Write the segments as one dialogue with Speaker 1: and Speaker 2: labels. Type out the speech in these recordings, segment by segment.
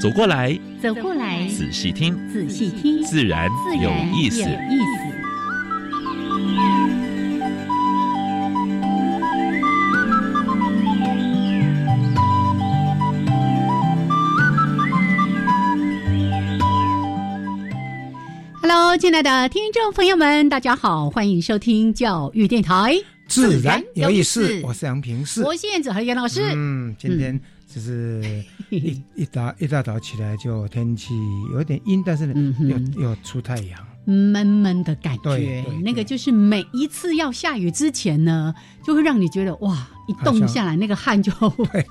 Speaker 1: 走过来，
Speaker 2: 走过来，
Speaker 1: 仔细听，
Speaker 2: 仔细听，
Speaker 1: 自然
Speaker 2: 自然
Speaker 1: 有意思。
Speaker 2: 有意思。Hello，亲爱的听众朋友们，大家好，欢迎收听教育电台。
Speaker 3: 自然有意
Speaker 2: 自然有意
Speaker 3: 思，
Speaker 2: 思
Speaker 3: 我是杨平是。
Speaker 2: 我是燕子和袁老师。
Speaker 3: 嗯，今天就是一、 一大一大早起来就天气有点阴，但是呢、
Speaker 2: 嗯哼
Speaker 3: 又又出太阳，
Speaker 2: 闷闷的感觉
Speaker 3: 对对，
Speaker 2: 那个
Speaker 3: 对
Speaker 2: 就是每一次要下雨之前呢，就会让你觉得哇，一动下来那个汗就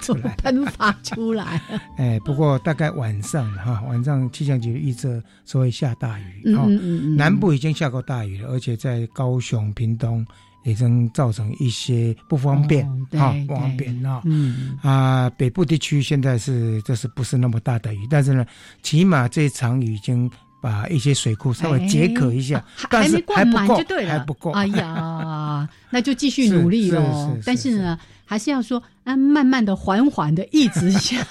Speaker 3: 出来
Speaker 2: 喷发 出来。
Speaker 3: 哎，不过大概晚上了哈，晚上气象局预测说会下大雨
Speaker 2: 嗯
Speaker 3: 哈、
Speaker 2: 嗯嗯，嗯
Speaker 3: 南部已经下过大雨了，而且在高雄、屏东已经造成一些不方便
Speaker 2: 哦对
Speaker 3: 哈、
Speaker 2: 对
Speaker 3: 不方便啊。
Speaker 2: 嗯
Speaker 3: 啊、北部地区现在是就是不是那么大的雨，但是呢，起码这一场雨已经把一些水库稍微解渴一下，
Speaker 2: 哎还
Speaker 3: 但
Speaker 2: 还没
Speaker 3: 是还
Speaker 2: 灌
Speaker 3: 不
Speaker 2: 满
Speaker 3: 够，
Speaker 2: 就对了，
Speaker 3: 还不够。
Speaker 2: 哎 呀，那就继续努力
Speaker 3: 是
Speaker 2: 喽
Speaker 3: 是是。
Speaker 2: 但是呢，还是要说啊，慢慢的、缓缓的一直 下，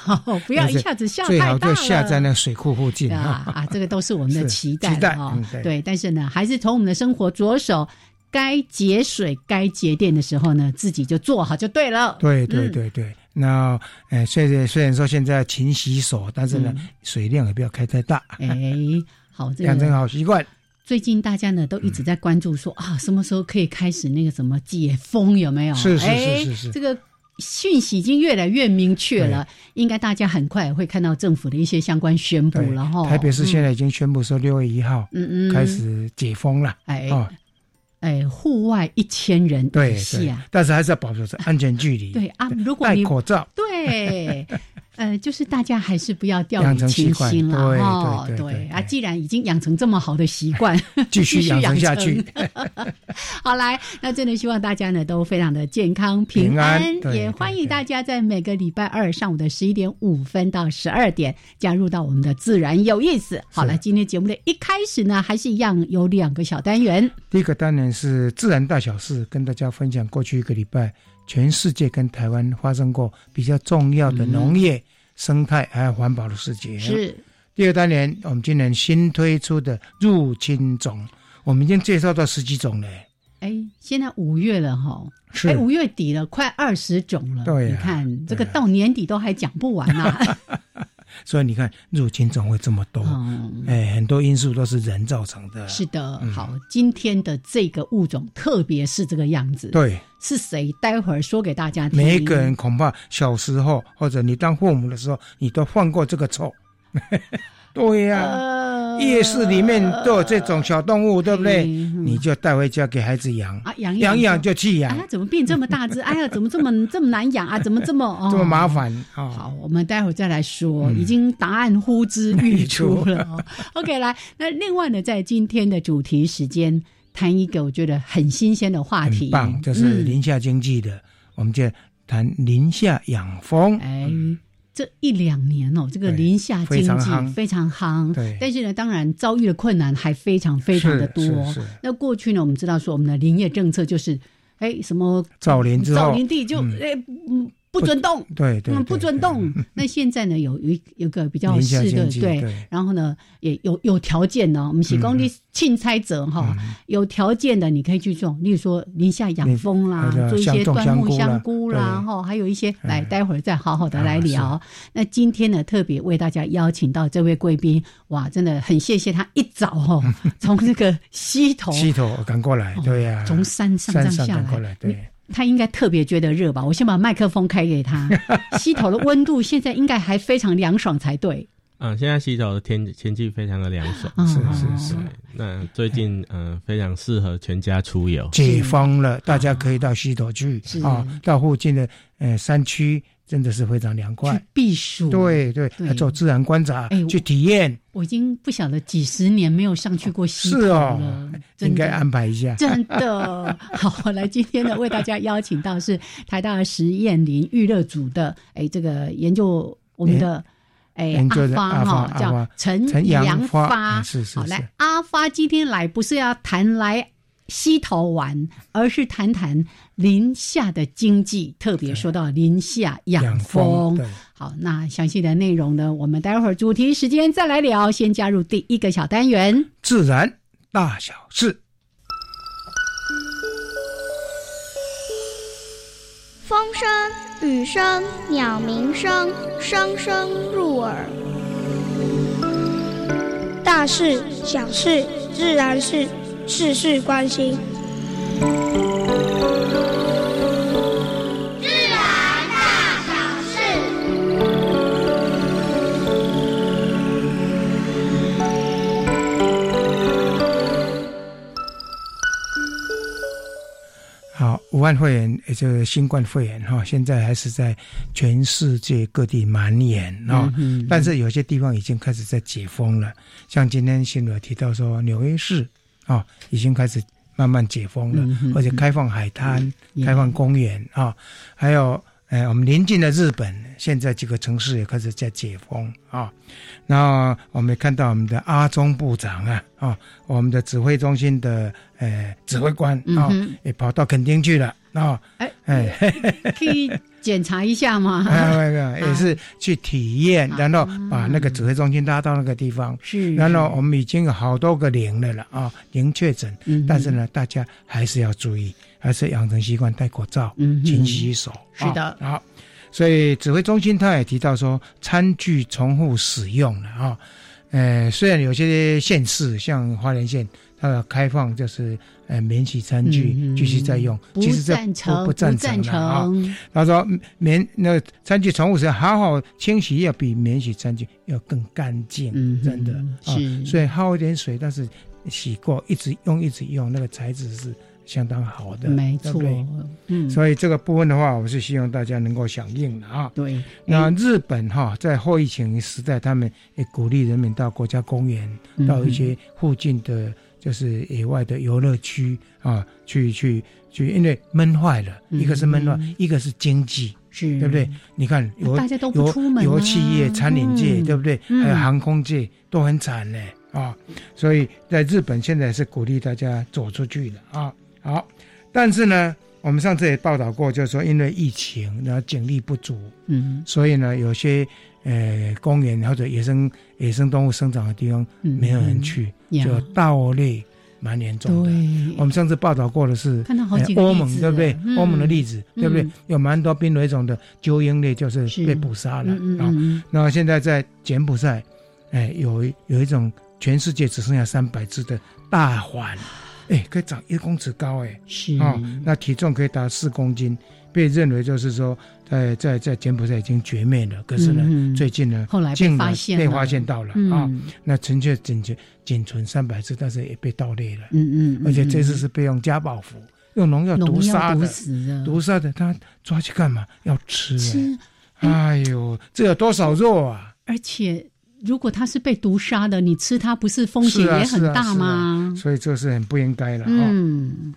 Speaker 2: 不要一下子下太
Speaker 3: 最
Speaker 2: 大
Speaker 3: 好
Speaker 2: 了。
Speaker 3: 就下在那个水库附近
Speaker 2: 啊
Speaker 3: 啊。
Speaker 2: 啊，这个都是我们的
Speaker 3: 是
Speaker 2: 期待
Speaker 3: 期待
Speaker 2: 啊、
Speaker 3: 嗯对
Speaker 2: 对，但是呢，还是从我们的生活着手，该节水、该节电的时候呢，自己就做好就对了。
Speaker 3: 对对
Speaker 2: 嗯
Speaker 3: 对对，那呃，虽然虽然说现在勤洗手，但是
Speaker 2: 嗯
Speaker 3: 呢，水量也不要开太大，
Speaker 2: 哎，好，这
Speaker 3: 养成
Speaker 2: 个
Speaker 3: 好习惯。
Speaker 2: 最近大家呢都一直在关注说、啊，什么时候可以开始那个什么解封有没有？
Speaker 3: 是是
Speaker 2: 哎
Speaker 3: 是是是
Speaker 2: 这个。讯息已经越来越明确了，应该大家很快也会看到政府的一些相关宣布
Speaker 3: 对
Speaker 2: 了哈。，
Speaker 3: 台北市现在已经宣布说六月一号
Speaker 2: 嗯嗯
Speaker 3: 开始解封了
Speaker 2: 哎
Speaker 3: 哦，
Speaker 2: 哎，户外一千人以
Speaker 3: 对对
Speaker 2: 下，，
Speaker 3: 但是还是要保持着安全距离，
Speaker 2: 啊对啊，如果
Speaker 3: 戴
Speaker 2: 你
Speaker 3: 口罩。
Speaker 2: 对，呃，就是大家还是不要掉以
Speaker 3: 养成习
Speaker 2: 轻
Speaker 3: 惯
Speaker 2: 心了
Speaker 3: 对
Speaker 2: 哦。
Speaker 3: 对对对
Speaker 2: 啊，
Speaker 3: 对
Speaker 2: 既然已经养成这么好的习惯，
Speaker 3: 继 续养成下去。
Speaker 2: 好来，那真的希望大家呢都非常的健康平
Speaker 3: 平
Speaker 2: 安，
Speaker 3: 安对
Speaker 2: 也
Speaker 3: 对
Speaker 2: 欢迎
Speaker 3: 对
Speaker 2: 大家在每个礼拜二上午的十一点五分到十二点加入到我们的自然有意思。好了，今天节目的一开始呢，还是一样有两个小单元。
Speaker 3: 第一个当然是自然大小事，跟大家分享过去一个礼拜全世界跟台湾发生过比较重要的农业、生态还有环保的事情。。
Speaker 2: 是，
Speaker 3: 第二单元，我们今年新推出的入侵种，我们已经介绍到十几种了。
Speaker 2: 哎，现在五月了哈。
Speaker 3: 是
Speaker 2: 哎，五月底了，快二十种了。
Speaker 3: 对呀
Speaker 2: 你看这个
Speaker 3: 对呀
Speaker 2: 到年底都还讲不完啊呐、
Speaker 3: 所以你看入侵种会这么多，
Speaker 2: 嗯，
Speaker 3: 哎，很多因素都是人造成的。
Speaker 2: 是，的，
Speaker 3: 嗯
Speaker 2: 好，今天的这个物种特别是这个样子，，
Speaker 3: 对，
Speaker 2: 是谁？待会儿说给大家听。
Speaker 3: 每一个人恐怕小时候或者你当父母的时候，你都犯过这个错。 对呀、
Speaker 2: 呃
Speaker 3: 夜市里面都有这种小动物，对不对？
Speaker 2: 嗯
Speaker 3: 你就带回家给孩子养，
Speaker 2: 啊，养
Speaker 3: 养养就弃
Speaker 2: 哎
Speaker 3: 养
Speaker 2: 呀，，怎么变这么大只？哎呀，怎么这么这么难养啊？怎么这么哦
Speaker 3: 这么麻烦
Speaker 2: 好
Speaker 3: 啊！，
Speaker 2: 我们待会儿再来说，
Speaker 3: 嗯
Speaker 2: 已经答案呼之欲 出了哦。OK，来，那另外呢，在今天的主题时间，谈一个我觉得很新鲜的话
Speaker 3: 很
Speaker 2: 题，嗯
Speaker 3: 棒，就是林下经济的，我们就谈林下养蜂
Speaker 2: 嗯、。哎。这一两年哦，这个
Speaker 3: 对
Speaker 2: 林下经
Speaker 3: 非常
Speaker 2: 济
Speaker 3: 夯
Speaker 2: 非常夯，
Speaker 3: 对
Speaker 2: 但是呢，当然遭遇的困难还非常非常的多。
Speaker 3: 是是是
Speaker 2: 那过去呢，我们知道说我们的林业政策就是，哎，什么
Speaker 3: 造林之
Speaker 2: 造
Speaker 3: 后
Speaker 2: 林，地就
Speaker 3: 嗯
Speaker 2: 哎嗯不准动，
Speaker 3: 对对，
Speaker 2: 嗯
Speaker 3: 对
Speaker 2: 不准。
Speaker 3: 对
Speaker 2: 动。那现在呢，有有一有个比较
Speaker 3: 林下
Speaker 2: 适的
Speaker 3: 经济，
Speaker 2: 对，
Speaker 3: 对，
Speaker 2: 然后呢，也有有条件呢、我们是讲
Speaker 3: 嗯
Speaker 2: 你钦差者哈、有条件的你可以去种，例如说林下养蜂啦
Speaker 3: 那，个
Speaker 2: 做一些
Speaker 3: 哎啊像种
Speaker 2: 椴木香
Speaker 3: 香
Speaker 2: 菇
Speaker 3: 菇啦
Speaker 2: 啦，
Speaker 3: 对
Speaker 2: 哈，还有一些来，
Speaker 3: 嗯
Speaker 2: 待会儿再好好的来
Speaker 3: 啊
Speaker 2: 聊、哦那今天呢，特别为大家邀请到这位贵宾，哇，真的很谢谢他一早哦， 从这个溪头。
Speaker 3: 溪头赶过来，对呀，
Speaker 2: 从山上这样
Speaker 3: 山上
Speaker 2: 下
Speaker 3: 赶过
Speaker 2: 来，
Speaker 3: 来，对，
Speaker 2: 他应该特别觉得热吧？ 我先把麦克风开给他。溪头的温度现在应该还非常凉爽才对。
Speaker 4: 嗯，现在洗澡的天天气非常的凉爽，
Speaker 2: 嗯
Speaker 3: 是
Speaker 2: 嗯
Speaker 3: 是
Speaker 2: 嗯
Speaker 3: 是
Speaker 4: 对，那最近嗯、呃非常适合全家出游，
Speaker 3: 解封了，大家可以到溪头去
Speaker 2: 是
Speaker 3: 啊，到附近的呃山区，真的是非常凉快
Speaker 2: 去。避暑。，
Speaker 3: 对对，
Speaker 2: 对
Speaker 3: 还做自然观察
Speaker 2: 嗯哎我
Speaker 3: 去体验，
Speaker 2: 我已经不晓得几十年没有上去过溪头
Speaker 3: 是哦
Speaker 2: 了，真的
Speaker 3: 应该安排一下。
Speaker 2: 真的好，我来今天呢为大家邀请到是台大实验林娱乐组的，哎，这个研究我们的哎
Speaker 3: 研究的
Speaker 2: 阿
Speaker 3: 阿发
Speaker 2: 发
Speaker 3: 阿
Speaker 2: 哈，叫
Speaker 3: 发
Speaker 2: 陈
Speaker 3: 陈
Speaker 2: 阳
Speaker 3: 阳花
Speaker 2: 发
Speaker 3: 嗯，是是
Speaker 2: 好来
Speaker 3: 是，
Speaker 2: 阿发今天来不是要谈来。溪头玩，而是谈谈林下的经济，特别说到林下养
Speaker 3: 风，对
Speaker 2: 好，那详细的内容呢，我们待会儿主题时间再来聊。先加入第一个小单元。
Speaker 3: 自然大小事。
Speaker 5: 风声、雨声、鸟鸣声，声声入耳。大事、小事、自然是事事关心。
Speaker 3: 好，武汉肺炎，也就是新冠肺炎哈，现在还是在全世界各地蔓延哈。
Speaker 2: 嗯
Speaker 3: 但是有些地方已经开始在解封了，像今天新闻提到说，纽约市啊、已经开始慢慢解封了，
Speaker 2: 嗯哼
Speaker 3: 而且开放海滩、
Speaker 2: 嗯
Speaker 3: 开放公园啊、还有呃，我们邻近的日本，现在几个城市也开始在解封啊、然后我们也看到我们的阿中部长啊，啊、我们的指挥中心的呃指挥官
Speaker 2: 嗯
Speaker 3: 啊、
Speaker 2: 哼
Speaker 3: 也跑到垦丁去了啊、
Speaker 2: 哎
Speaker 3: 哎。
Speaker 2: 可以检查一下吗？
Speaker 3: 哎，没有，也是去体验，
Speaker 2: 啊
Speaker 3: 然后把那个指挥中心拉到那个地方。
Speaker 2: 是，
Speaker 3: 然后我们已经有好多个零的了啊，零确诊，
Speaker 2: 嗯哼
Speaker 3: 但是，呢，大家还是要注意，还是养成习惯戴口罩、
Speaker 2: 嗯哼
Speaker 3: 勤洗手。
Speaker 2: 是的
Speaker 3: 啊好，所以指挥中心他也提到说，餐具重复使用了啊。呃，虽然有些县市像花莲县，它的开放就是呃免洗餐具
Speaker 2: 嗯哼
Speaker 3: 继续再用，
Speaker 2: 不
Speaker 3: 其实这
Speaker 2: 赞成，
Speaker 3: 不赞
Speaker 2: 赞
Speaker 3: 成了啊。
Speaker 2: 成，
Speaker 3: 他说嗯免那个餐具重复使用，好好清洗要比免洗餐具要更干净，
Speaker 2: 嗯
Speaker 3: 真的啊
Speaker 2: 是
Speaker 3: 所以耗一点水，但是洗过一直用一直用，那个材质是相当好的，
Speaker 2: 没
Speaker 3: 对
Speaker 2: 错
Speaker 3: 不对，
Speaker 2: 嗯，
Speaker 3: 所以这个部分的话，我是希望大家能够响应的啊。
Speaker 2: 对，
Speaker 3: 那
Speaker 2: 哎
Speaker 3: 日本哈，在后疫情时代，他们也鼓励人们到国家公园，
Speaker 2: 嗯
Speaker 3: 到一些附近的就是野外的游乐区啊，去去去，因为闷坏了，
Speaker 2: 嗯
Speaker 3: 一个是闷坏
Speaker 2: 嗯，
Speaker 3: 一个是经济，
Speaker 2: 是，
Speaker 3: 对不对？？你看有
Speaker 2: 大家都不
Speaker 3: 油
Speaker 2: 出门啊，
Speaker 3: 油气业、餐饮界，
Speaker 2: 嗯
Speaker 3: 对不对？
Speaker 2: 嗯
Speaker 3: 还有航空界都很惨呢啊！所以在日本现在是鼓励大家走出去的啊。好，但是呢，我们上次也报道过，就是说因为疫情，然后警力不足，
Speaker 2: 嗯，
Speaker 3: 所以呢，有些呃公园或者野生野生动物生长的地方
Speaker 2: 嗯
Speaker 3: 没有人，去，
Speaker 2: 嗯呀
Speaker 3: 就盗猎蛮严重的。
Speaker 2: 对，
Speaker 3: 我们上次报道过的是
Speaker 2: 看到好
Speaker 3: 哎
Speaker 2: 几个
Speaker 3: 欧
Speaker 2: 例
Speaker 3: 盟
Speaker 2: 子
Speaker 3: 对不对
Speaker 2: 了？嗯
Speaker 3: 欧盟的例子对不对
Speaker 2: 嗯？
Speaker 3: 有蛮多濒危种的鸠鹰类就是
Speaker 2: 是
Speaker 3: 被捕杀了
Speaker 2: 嗯嗯
Speaker 3: 啊。
Speaker 2: 嗯，
Speaker 3: 那现在在柬埔寨，哎，有一有一种全世界只剩下三百只的大 环，哎，可以长一公尺高哎
Speaker 2: 是
Speaker 3: 啊、那体重可以达四公斤，被认为就是说在在在柬埔寨已经绝灭了。可是呢，
Speaker 2: 嗯嗯
Speaker 3: 最近呢，
Speaker 2: 后来被
Speaker 3: 竟然
Speaker 2: 发现
Speaker 3: 被
Speaker 2: 了
Speaker 3: 发现到了啊、
Speaker 2: 嗯
Speaker 3: 那纯粹仅存仅存三百只，但是也被盗猎了。
Speaker 2: 嗯嗯，
Speaker 3: 而且这次
Speaker 2: 嗯
Speaker 3: 是被用加宝服、用农药
Speaker 2: 嗯
Speaker 3: 毒
Speaker 2: 农
Speaker 3: 杀
Speaker 2: 药毒
Speaker 3: 的，
Speaker 2: 死的，
Speaker 3: 毒杀的，他抓去干嘛？要吃、哎
Speaker 2: 是，
Speaker 3: 哎呦，这有多少肉啊！
Speaker 2: 而且如果它是被毒杀的，你吃它不是风险
Speaker 3: 是啊
Speaker 2: 也很大吗？
Speaker 3: 所以这是啊很不应该了啊、
Speaker 2: 嗯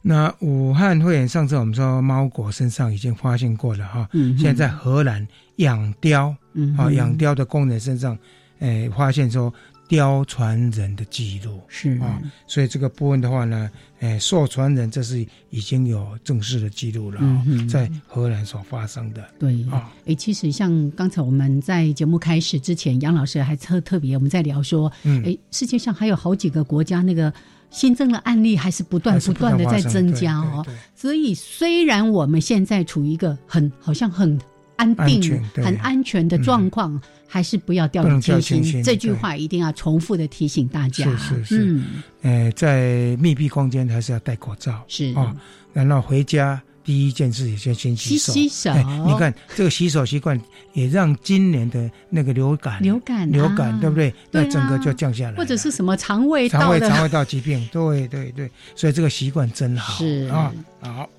Speaker 3: 那武汉肺炎，上次我们说猫狗身上已经发现过了哈、
Speaker 2: 嗯哼
Speaker 3: 现在在荷兰养貂
Speaker 2: 嗯
Speaker 3: 啊、
Speaker 2: 哼
Speaker 3: 养貂的工人身上，哎、发现说貂传人的记录。
Speaker 2: 是
Speaker 3: 啊、所以这个部分的话呢，哎、受传人这是已经有正式的记录了、啊
Speaker 2: 嗯哼
Speaker 3: 在荷兰所发生的
Speaker 2: 对
Speaker 3: 啊、
Speaker 2: 诶，其实像刚才我们在节目开始之前，杨老师还特特别我们在聊说，
Speaker 3: 嗯
Speaker 2: 诶，世界上还有好几个国家那个新增的案例还是不断
Speaker 3: 还是
Speaker 2: 不
Speaker 3: 不断
Speaker 2: 断的在
Speaker 3: 发生
Speaker 2: 增加
Speaker 3: 对对
Speaker 2: 哦
Speaker 3: 对。
Speaker 2: 所以虽然我们现在处于一个很好像很安
Speaker 3: 安
Speaker 2: 定
Speaker 3: 全、对嗯
Speaker 2: 很安全的状况，还是不要掉
Speaker 3: 不
Speaker 2: 以
Speaker 3: 能掉
Speaker 2: 轻
Speaker 3: 以轻心
Speaker 2: 这句
Speaker 3: 对
Speaker 2: 话一定要重复的提醒大家。
Speaker 3: 是是是
Speaker 2: 嗯，
Speaker 3: 呃，在密闭空间还是要戴口罩
Speaker 2: 是
Speaker 3: 啊、然后回家第一件事也是先洗手。
Speaker 2: 洗洗手
Speaker 3: 哎你看这个洗手习惯，也让今年的那个流感、
Speaker 2: 流感、啊、
Speaker 3: 流感对不对？
Speaker 2: 对啊
Speaker 3: 那整个就降下来了，
Speaker 2: 或者是什么肠胃
Speaker 3: 肠
Speaker 2: 道
Speaker 3: 胃
Speaker 2: 的
Speaker 3: 肠胃道疾病，对对对，所以这个习惯真好
Speaker 2: 是嗯
Speaker 3: 啊。好，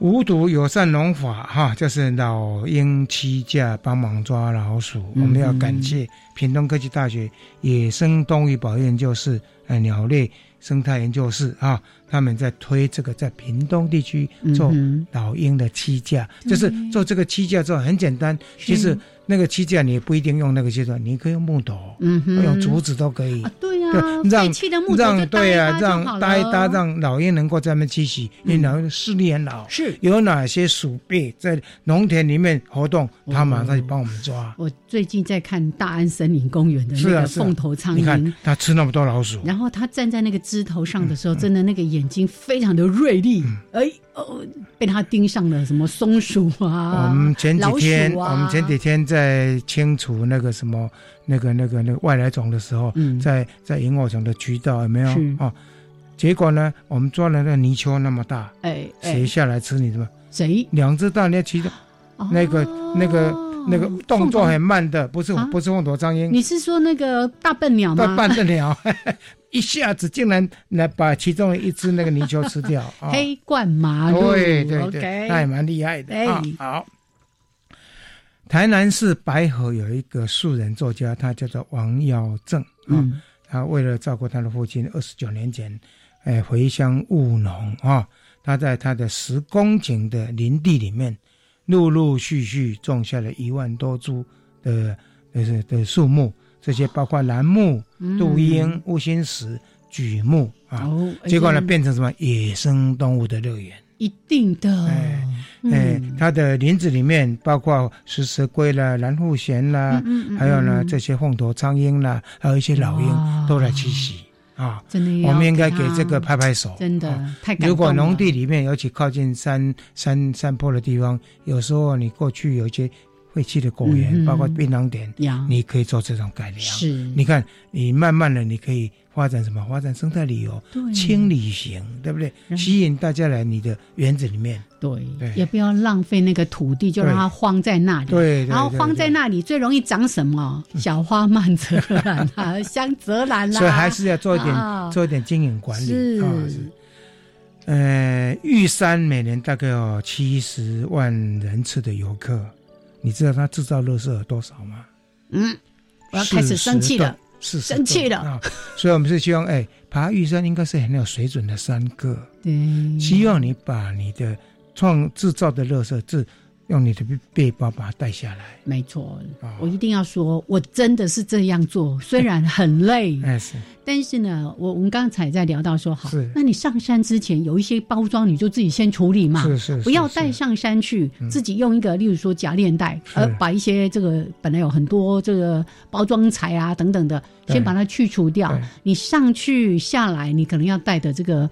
Speaker 3: 无毒友善农法哈、就是老鹰七架帮忙抓老鼠，
Speaker 2: 嗯
Speaker 3: 我们要感谢屏东科技大学野生动物保育研究室、呃鸟类生态研究室啊，他们在推这个在屏东地区做
Speaker 2: 嗯
Speaker 3: 老鹰的栖架，就是做这个栖架之后很简单，其实那个栖架你也不一定用那个阶段，你可以用木头，
Speaker 2: 哼嗯哼，
Speaker 3: 用竹子都可以。
Speaker 2: 啊，对呀、
Speaker 3: 对
Speaker 2: 啊，
Speaker 3: 让
Speaker 2: 废弃的木头就
Speaker 3: 让
Speaker 2: 搭
Speaker 3: 对
Speaker 2: 一
Speaker 3: 啊，
Speaker 2: 搭就
Speaker 3: 让
Speaker 2: 好
Speaker 3: 搭一搭，
Speaker 2: 了嗯
Speaker 3: 让老鹰能够在那边栖息，因为老鹰视力很好。
Speaker 2: 是
Speaker 3: 有哪些鼠辈在农田里面活动，
Speaker 2: 嗯
Speaker 3: 它马上就帮我们抓。
Speaker 2: 我最近在看大安森林公园的那
Speaker 3: 是啊
Speaker 2: 个
Speaker 3: 是啊
Speaker 2: 凤头苍
Speaker 3: 你
Speaker 2: 蝇，
Speaker 3: 看它吃那么多老鼠，
Speaker 2: 然后他站在那个枝头上的时
Speaker 3: 嗯
Speaker 2: 候，真的那个眼睛非常的锐利，哎哦，被他盯上了什么松鼠啊，
Speaker 3: 我们前几天，
Speaker 2: 老鼠啊、
Speaker 3: 我们前几天在清除那个什么那个那个那个外来种的时候，
Speaker 2: 嗯
Speaker 3: 在在萤火虫的渠道有没有
Speaker 2: 是
Speaker 3: 哦？结果呢，我们抓了那个泥鳅那么大，
Speaker 2: 哎
Speaker 3: 谁
Speaker 2: 哎
Speaker 3: 下来吃你什么？
Speaker 2: 谁
Speaker 3: 两只大鬣其的那个
Speaker 2: 哦
Speaker 3: 那个那个动作很慢的，不是
Speaker 2: 啊
Speaker 3: 不是凤头苍
Speaker 2: 凤头
Speaker 3: 蝇，
Speaker 2: 你是说那个大笨鸟
Speaker 3: 半
Speaker 2: 吗？
Speaker 3: 半得了， 一下子竟然来把其中的一只那个泥鳅吃 掉啊！
Speaker 2: 黑冠麻鹿，
Speaker 3: 对对对，
Speaker 2: OK
Speaker 3: 那也蛮厉害的
Speaker 2: 哎
Speaker 3: 啊。好，台南市白河有一个素人作家，他叫做王耀正啊，
Speaker 2: 嗯
Speaker 3: 他为了照顾他的父亲，二十九年前，哎，回乡务农啊，他在他的十公顷的林地里面，陆陆续续种下了一万多株的呃的树木，这些包括楠木、嗯杜英、乌心石、榉木啊。
Speaker 2: 嗯哦，
Speaker 3: 结果呢，
Speaker 2: 哎
Speaker 3: 变成什么野生动物的乐园？
Speaker 2: 一定的，
Speaker 3: 哎
Speaker 2: 嗯
Speaker 3: 哎，它的林子里面包括食蛇龟啦、蓝腹鹇啦，
Speaker 2: 嗯嗯
Speaker 3: 啊还有呢
Speaker 2: 嗯
Speaker 3: 这些凤头苍蝇啦，还有一些老
Speaker 2: 哇
Speaker 3: 鹰都来栖息啊。
Speaker 2: 真的也要
Speaker 3: 我们应该给
Speaker 2: 他
Speaker 3: 这个拍拍手，
Speaker 2: 真的、
Speaker 3: 啊
Speaker 2: 太感动了
Speaker 3: 如果农地里面，尤其靠近山山山坡的地方，有时候你过去有一些废弃的果园，
Speaker 2: 嗯嗯
Speaker 3: 包括槟榔田，
Speaker 2: 呀
Speaker 3: 你可以做这种改良。
Speaker 2: 是
Speaker 3: 你看，你慢慢的，你可以发展什么？发展生态旅游、
Speaker 2: 对
Speaker 3: 轻旅行，对不对？
Speaker 2: 嗯
Speaker 3: 吸引大家来你的园子里面。
Speaker 2: 对，
Speaker 3: 对
Speaker 2: 也不要浪费那个土地，就让它荒在那里。
Speaker 3: 对对
Speaker 2: 然后
Speaker 3: 对
Speaker 2: 荒
Speaker 3: 对
Speaker 2: 在那里最容易长什么？小花蔓泽兰啊，香泽兰啦。
Speaker 3: 所以还是要做一点、
Speaker 2: 啊
Speaker 3: 做一点经营管理
Speaker 2: 是
Speaker 3: 啊、是呃，玉山每年大概有七十万人次的游客，你知道它制造垃圾有多少吗？
Speaker 2: 嗯，我要开始生气了。
Speaker 3: 是
Speaker 2: 生气了
Speaker 3: 啊！所以我们是希望，哎，爬玉山应该是很有水准的山哥，
Speaker 2: 对，
Speaker 3: 希望你把你的创制造的垃圾，自用你的背包把它带下来。
Speaker 2: 没错
Speaker 3: 啊，
Speaker 2: 我一定要说，我真的是这样做，虽然很累，
Speaker 3: 哎，是
Speaker 2: 但是呢，我我们刚才在聊到说，好
Speaker 3: 是，
Speaker 2: 那你上山之前有一些包装，你就自己先处理嘛。
Speaker 3: 是是，
Speaker 2: 不要
Speaker 3: 是嗯
Speaker 2: 带。上山去，自己用一个，例如说夹链袋，
Speaker 3: 是
Speaker 2: 呃，把一些这个本来有很多这个包装材啊等等的，
Speaker 3: 对
Speaker 2: 先把它去除掉
Speaker 3: 对。
Speaker 2: 你上去下来，你可能要带的这个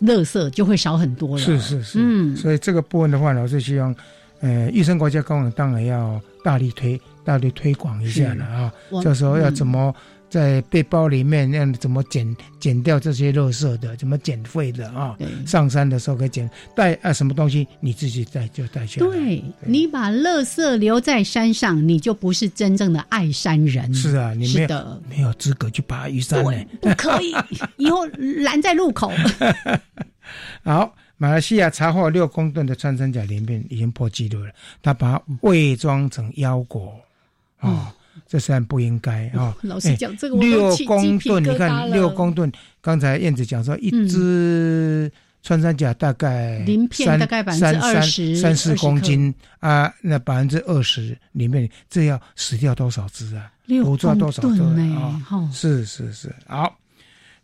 Speaker 2: 垃圾就会少很多了。
Speaker 3: 是，是是，
Speaker 2: 嗯
Speaker 3: 所以这个部分的话，老师希望，呃，玉生国家公园当然要大力推、大力推广一下了啊。
Speaker 2: 我
Speaker 3: 这时候要
Speaker 2: 嗯
Speaker 3: 怎么在背包里面，要怎么减减掉这些垃圾的，怎么减废的啊？
Speaker 2: 对
Speaker 3: 上山的时候可以减带啊什么东西，你自己带就带下来。
Speaker 2: 对你把垃圾留在山上，你就不是真正的爱山人。
Speaker 3: 是啊，你没
Speaker 2: 是
Speaker 3: 有
Speaker 2: 的，
Speaker 3: 没有资格去爬玉山呢、
Speaker 2: 对，不 可以，以后拦在路口。
Speaker 3: 好，马来西亚查获六公吨的穿山甲鳞片已经破纪录了，他把它伪装成腰果，啊、哦，这虽然不应该啊。哦
Speaker 2: 老师嗯讲这个，我
Speaker 3: 六
Speaker 2: 都起鸡
Speaker 3: 公
Speaker 2: 皮
Speaker 3: 吨，你
Speaker 2: 疙瘩
Speaker 3: 看
Speaker 2: 了
Speaker 3: 六公吨，刚才燕子讲说，一只穿山甲大概
Speaker 2: 嗯鳞片
Speaker 3: 三
Speaker 2: 大概百分之
Speaker 3: 三三
Speaker 2: 20
Speaker 3: 三四
Speaker 2: 20
Speaker 3: 公斤啊，那百分之二十里面，这要死掉多少只啊？
Speaker 2: 六
Speaker 3: 捕抓
Speaker 2: 公
Speaker 3: 多少只
Speaker 2: 吨
Speaker 3: 啊
Speaker 2: 呢？哈，
Speaker 3: 是是是，好。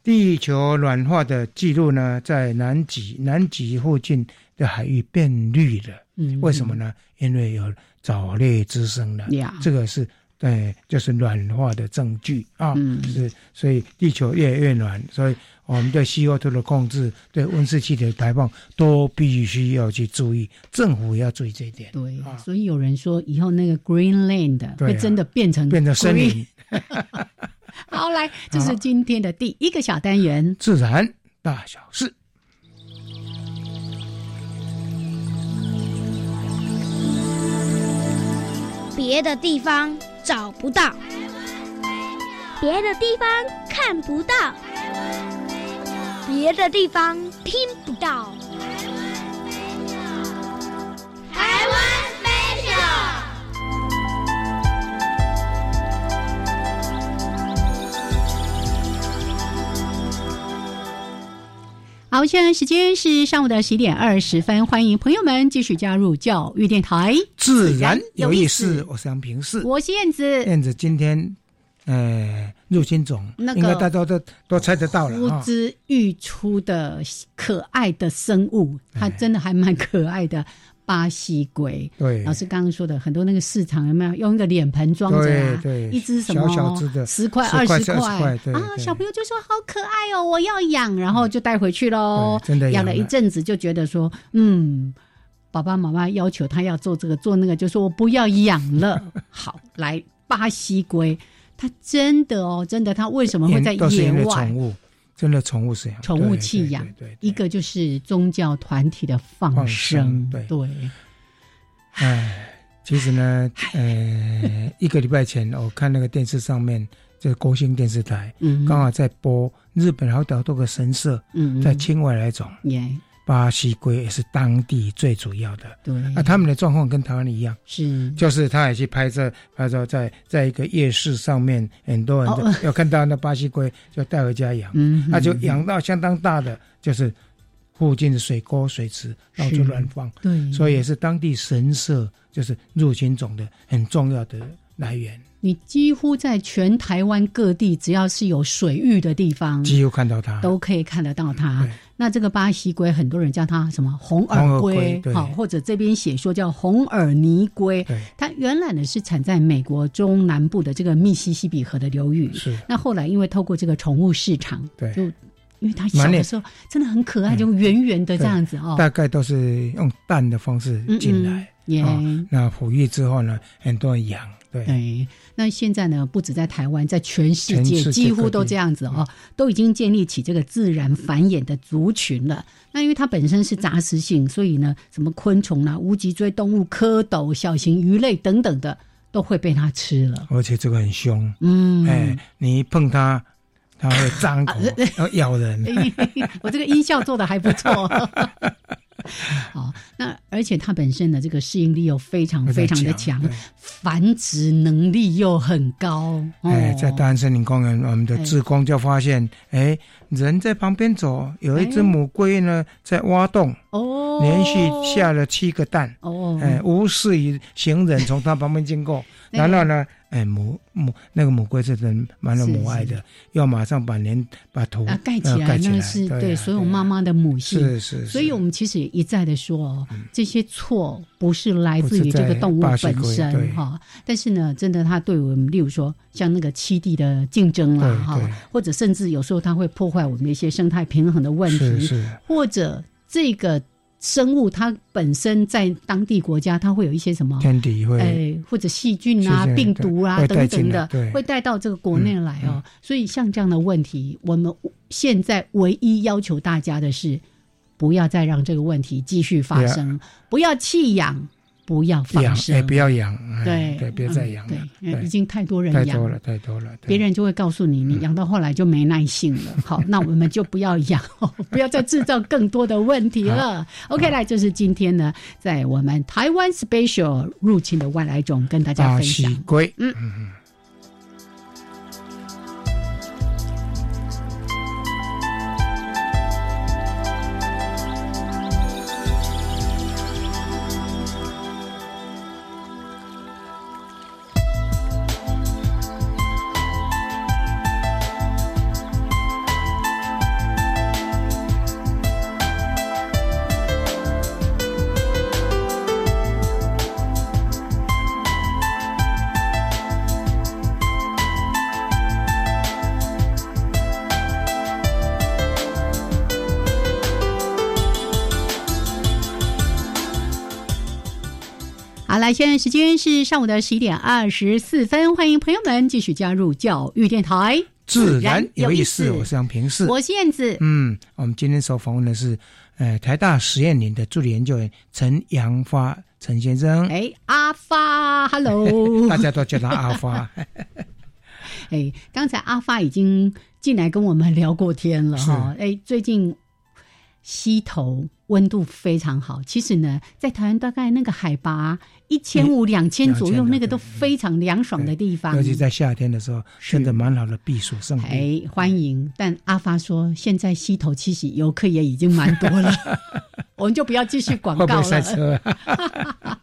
Speaker 3: 地球软化的记录呢，在南极，南极附近的海域变绿了。
Speaker 2: 嗯
Speaker 3: 为什么？呢？因为有藻类滋生了。
Speaker 2: 呀，
Speaker 3: 这个是对，就是软化的证据啊。
Speaker 2: 嗯
Speaker 3: 是，所以地球越来越暖，所以我们对 CO2 的控制、对温室气体的排放都必须要去注意，政府也要注意这一点。
Speaker 2: 对
Speaker 3: 啊，
Speaker 2: 所以有人说以后那个 Greenland
Speaker 3: 对啊
Speaker 2: 会真的变成
Speaker 3: 变成森
Speaker 2: green。
Speaker 3: 林
Speaker 2: 好，来，这是今天的第一个小单元。
Speaker 3: 自然大小事。
Speaker 5: 别的地方找不到，别的地方看不到，别的地方听不到。台湾 special。
Speaker 2: 好，现在时间是上午的十一点二十分，欢迎朋友们继续加入教育电台，
Speaker 3: 自然有意
Speaker 2: 自然
Speaker 3: 思。我是杨平是
Speaker 2: 我是燕子，
Speaker 3: 燕子今天，呃，入侵种，
Speaker 2: 那个
Speaker 3: 应该大家都都猜得到了
Speaker 2: 呼
Speaker 3: 啊。
Speaker 2: 之欲出的可爱的生物，它真的还蛮可爱的。巴西龟，
Speaker 3: 对，
Speaker 2: 老师刚刚说的很多那个市场有没有用一个脸盆装着啊？
Speaker 3: 对对
Speaker 2: 一只什么
Speaker 3: 小小只的
Speaker 2: 十块、
Speaker 3: 10
Speaker 2: 十
Speaker 3: 块20块对
Speaker 2: 啊，
Speaker 3: 对
Speaker 2: 小朋友就说好可爱哦，我要养，然后就带回去喽。
Speaker 3: 对真的
Speaker 2: 养
Speaker 3: 养
Speaker 2: 了
Speaker 3: 了
Speaker 2: 一阵子，就觉得说，嗯，爸爸妈妈要求他要做这个做那个，就说我不要养了。好，来巴西龟，它真的哦，真的，它为什么会在
Speaker 3: 也都是
Speaker 2: 野
Speaker 3: 因为
Speaker 2: 外
Speaker 3: 宠？物，真的宠物是养
Speaker 2: 宠物弃养，
Speaker 3: 对对对对
Speaker 2: 一个就是宗教团体的放
Speaker 3: 放
Speaker 2: 生
Speaker 3: 生，对
Speaker 2: 对，
Speaker 3: 哎，其实呢，呃，一个礼拜前我看那个电视上面，这国兴电视台
Speaker 2: 嗯，
Speaker 3: 刚好在播日本好多个神社
Speaker 2: 嗯
Speaker 3: 在清外来种，
Speaker 2: 也
Speaker 3: 巴西龟也是当地最主要的。
Speaker 2: 对
Speaker 3: 啊，他们的状况跟台湾一样，
Speaker 2: 是
Speaker 3: 就是他也去拍摄，拍照在在一个夜市上面，很多人
Speaker 2: 哦
Speaker 3: 就有看到那巴西龟，就带回家养，
Speaker 2: 嗯，
Speaker 3: 那就
Speaker 2: 嗯
Speaker 3: 养到相当大的，就是附近的水沟、水池，然后就是乱放。
Speaker 2: 对，
Speaker 3: 所以也是当地神社就是入侵种的很重要的来源，
Speaker 2: 你几乎在全台湾各地，只要是有水域的地方，
Speaker 3: 几乎看到它。
Speaker 2: 嗯都可以看得到它
Speaker 3: 对。
Speaker 2: 那这个巴西龟，很多人叫它什么红
Speaker 3: 红
Speaker 2: 耳
Speaker 3: 耳
Speaker 2: 龟
Speaker 3: 龟，对
Speaker 2: 好，或者这边写说叫红耳泥龟。
Speaker 3: 对，
Speaker 2: 它原来呢是产在美国中南部的这个密西西比河的流域。
Speaker 3: 是
Speaker 2: 那后来因为透过这个宠物市场，
Speaker 3: 对嗯
Speaker 2: 就因为它小
Speaker 3: 蛮
Speaker 2: 的
Speaker 3: 厉
Speaker 2: 时候真的很可爱，就圆圆的这样子哦，
Speaker 3: 大概都是用蛋的方式
Speaker 2: 嗯
Speaker 3: 进
Speaker 2: 嗯
Speaker 3: 来，
Speaker 2: 耶。
Speaker 3: 哦那哺育之后呢，很多人养，对，
Speaker 2: 对，哎那现在呢，不止在台湾，在全世
Speaker 3: 全
Speaker 2: 界
Speaker 3: 世界
Speaker 2: 几乎
Speaker 3: 各
Speaker 2: 都
Speaker 3: 地
Speaker 2: 这样子哦，
Speaker 3: 嗯
Speaker 2: 都已经建立起这个自然繁衍的族群了。那因为它本身是杂食性，所以呢，什么昆虫啊啦、无脊椎动物、蝌蚪、小型鱼类等等的，都会被它吃了。
Speaker 3: 而且这个很凶，
Speaker 2: 嗯，啊
Speaker 3: 哎，你一碰它，它会张口要咬人，
Speaker 2: 我这个音效做的还不错。 好，那而且它本身的这个适应力又非常 非常的强
Speaker 3: 对，
Speaker 2: 繁殖能力又很高。哦、
Speaker 3: 哎，在大安森林公园，我们的
Speaker 2: 哎
Speaker 3: 志工就发现，哎，人在旁边走，有一只
Speaker 2: 哎
Speaker 3: 母龟呢在挖洞，
Speaker 2: 哦，
Speaker 3: 连续下了七个蛋。
Speaker 2: 哦，
Speaker 3: 哎，无视于行人从他旁边经过，然后呢，哎，母母那个母龟是人蛮有母爱的，要马上把连把头
Speaker 2: 啊，盖起
Speaker 3: 呃
Speaker 2: 来
Speaker 3: 盖起
Speaker 2: 那
Speaker 3: 来，
Speaker 2: 是
Speaker 3: 对啊
Speaker 2: 对所有妈妈的母性。
Speaker 3: 是是，
Speaker 2: 所以
Speaker 3: 是嗯
Speaker 2: 我们其实也一再的说哦，这些错不是来自于这个动物
Speaker 3: 不是在
Speaker 2: 本
Speaker 3: 巴西龟
Speaker 2: 身
Speaker 3: 对
Speaker 2: 哈，但是呢，真的它对我们，例如说像那个栖地的竞争啦
Speaker 3: 对
Speaker 2: 哈
Speaker 3: 对，
Speaker 2: 或者甚至有时候它会破坏我们的一些生态平衡的问
Speaker 3: 是
Speaker 2: 题，
Speaker 3: 是
Speaker 2: 或者这个生物它本身在当地国家它会有一些什么
Speaker 3: 天敌会
Speaker 2: 哦哎，或者细菌啊、
Speaker 3: 细菌
Speaker 2: 病毒啊
Speaker 3: 对
Speaker 2: 等
Speaker 3: 会带
Speaker 2: 等
Speaker 3: 进
Speaker 2: 的
Speaker 3: 来，对嗯
Speaker 2: 会带到这个国内来哦。所以像这样的问题，我们现在唯一要求大家的是，不要再让这个问题继续发生，不要弃养，不要放
Speaker 3: 啊养，哎，
Speaker 2: 生，
Speaker 3: 不要养，哎
Speaker 2: 对
Speaker 3: 对，别再养了
Speaker 2: 嗯，对，嗯已
Speaker 3: 对，
Speaker 2: 经太多人
Speaker 3: 太
Speaker 2: 养
Speaker 3: 多了，。太多了，对嗯
Speaker 2: 别人就会告诉你，你养到后来就没耐性 了。好，那我们就不要养， 不要再制造更多的问题了。OK，来，就是今天呢，在我们台湾 Special 入侵的外来种跟大家
Speaker 3: 巴
Speaker 2: 分
Speaker 3: 西
Speaker 2: 享。
Speaker 3: 龟，
Speaker 2: 好了，现在时间是上午的十一点二十四分，欢迎朋友们继续加入教育电台。
Speaker 3: 自然有意思。
Speaker 2: 自然有意思
Speaker 3: 我是杨平视。
Speaker 2: 我燕子，
Speaker 3: 嗯，我们今天所访问的是，呃，台大实验林的助理研究员陈阳发陈先生，
Speaker 2: 哎，阿发 ，Hello，
Speaker 3: 大家都叫他阿 发。
Speaker 2: 哎，刚才阿发已经进来跟我们聊过天了
Speaker 3: 是
Speaker 2: 哈。哎，最近溪头温度非常好，其实呢，在台湾大概那个海拔一千五、两千左右，
Speaker 3: 2000
Speaker 2: 那个都非常凉爽的地方
Speaker 3: 尤。其在夏天的时候，真的蛮好的避暑胜地。
Speaker 2: 哎，欢迎！但阿发说，现在溪头其实游客也已经蛮 多了，我们就不要继续广
Speaker 3: 会不
Speaker 2: 告
Speaker 3: 会塞
Speaker 2: 了。
Speaker 3: 车 啊？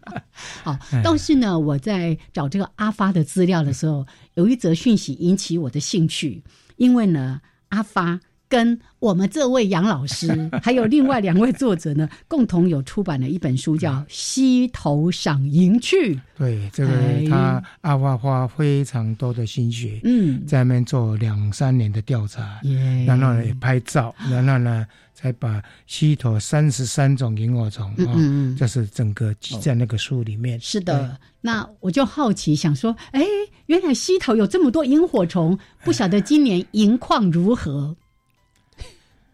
Speaker 2: 好，
Speaker 3: 哎
Speaker 2: 但是呢，我在找这个阿发的资料的时候，有一则讯息引起我的兴趣，因为呢，阿发跟我们这位杨 老师，还有另外两位作者呢，共同有出版了一本书，叫
Speaker 3: 嗯
Speaker 2: 《溪头赏萤去》。
Speaker 3: 对，这个
Speaker 2: 哎
Speaker 3: 他阿发花非常多的心血，
Speaker 2: 嗯，
Speaker 3: 在那边做两三年的调查，
Speaker 2: 耶
Speaker 3: 然后呢也拍照，然后呢才把溪头三十三种萤火虫
Speaker 2: 嗯
Speaker 3: 啊，
Speaker 2: 嗯嗯
Speaker 3: 这是整个记在那个书里面。
Speaker 2: 是的，那我就好奇想说，哎，原来溪头有这么多萤火虫，不晓得今年萤况如何？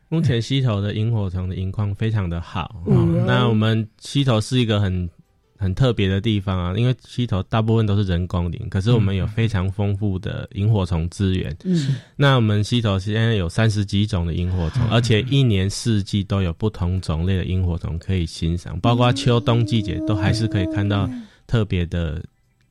Speaker 4: 目前溪头的萤火虫的萤况非常的好，
Speaker 2: 嗯
Speaker 4: 哦那我们溪头是一个很很特别的地方啊，因为溪头大部分都是人工林，可是我们有非常丰富的萤火虫资源。
Speaker 2: 嗯，
Speaker 4: 那我们溪头现在有三十几种的萤火虫，而且一年四季都有不同种类的萤火虫可以欣赏，包括秋冬季节都还是可以看到特别的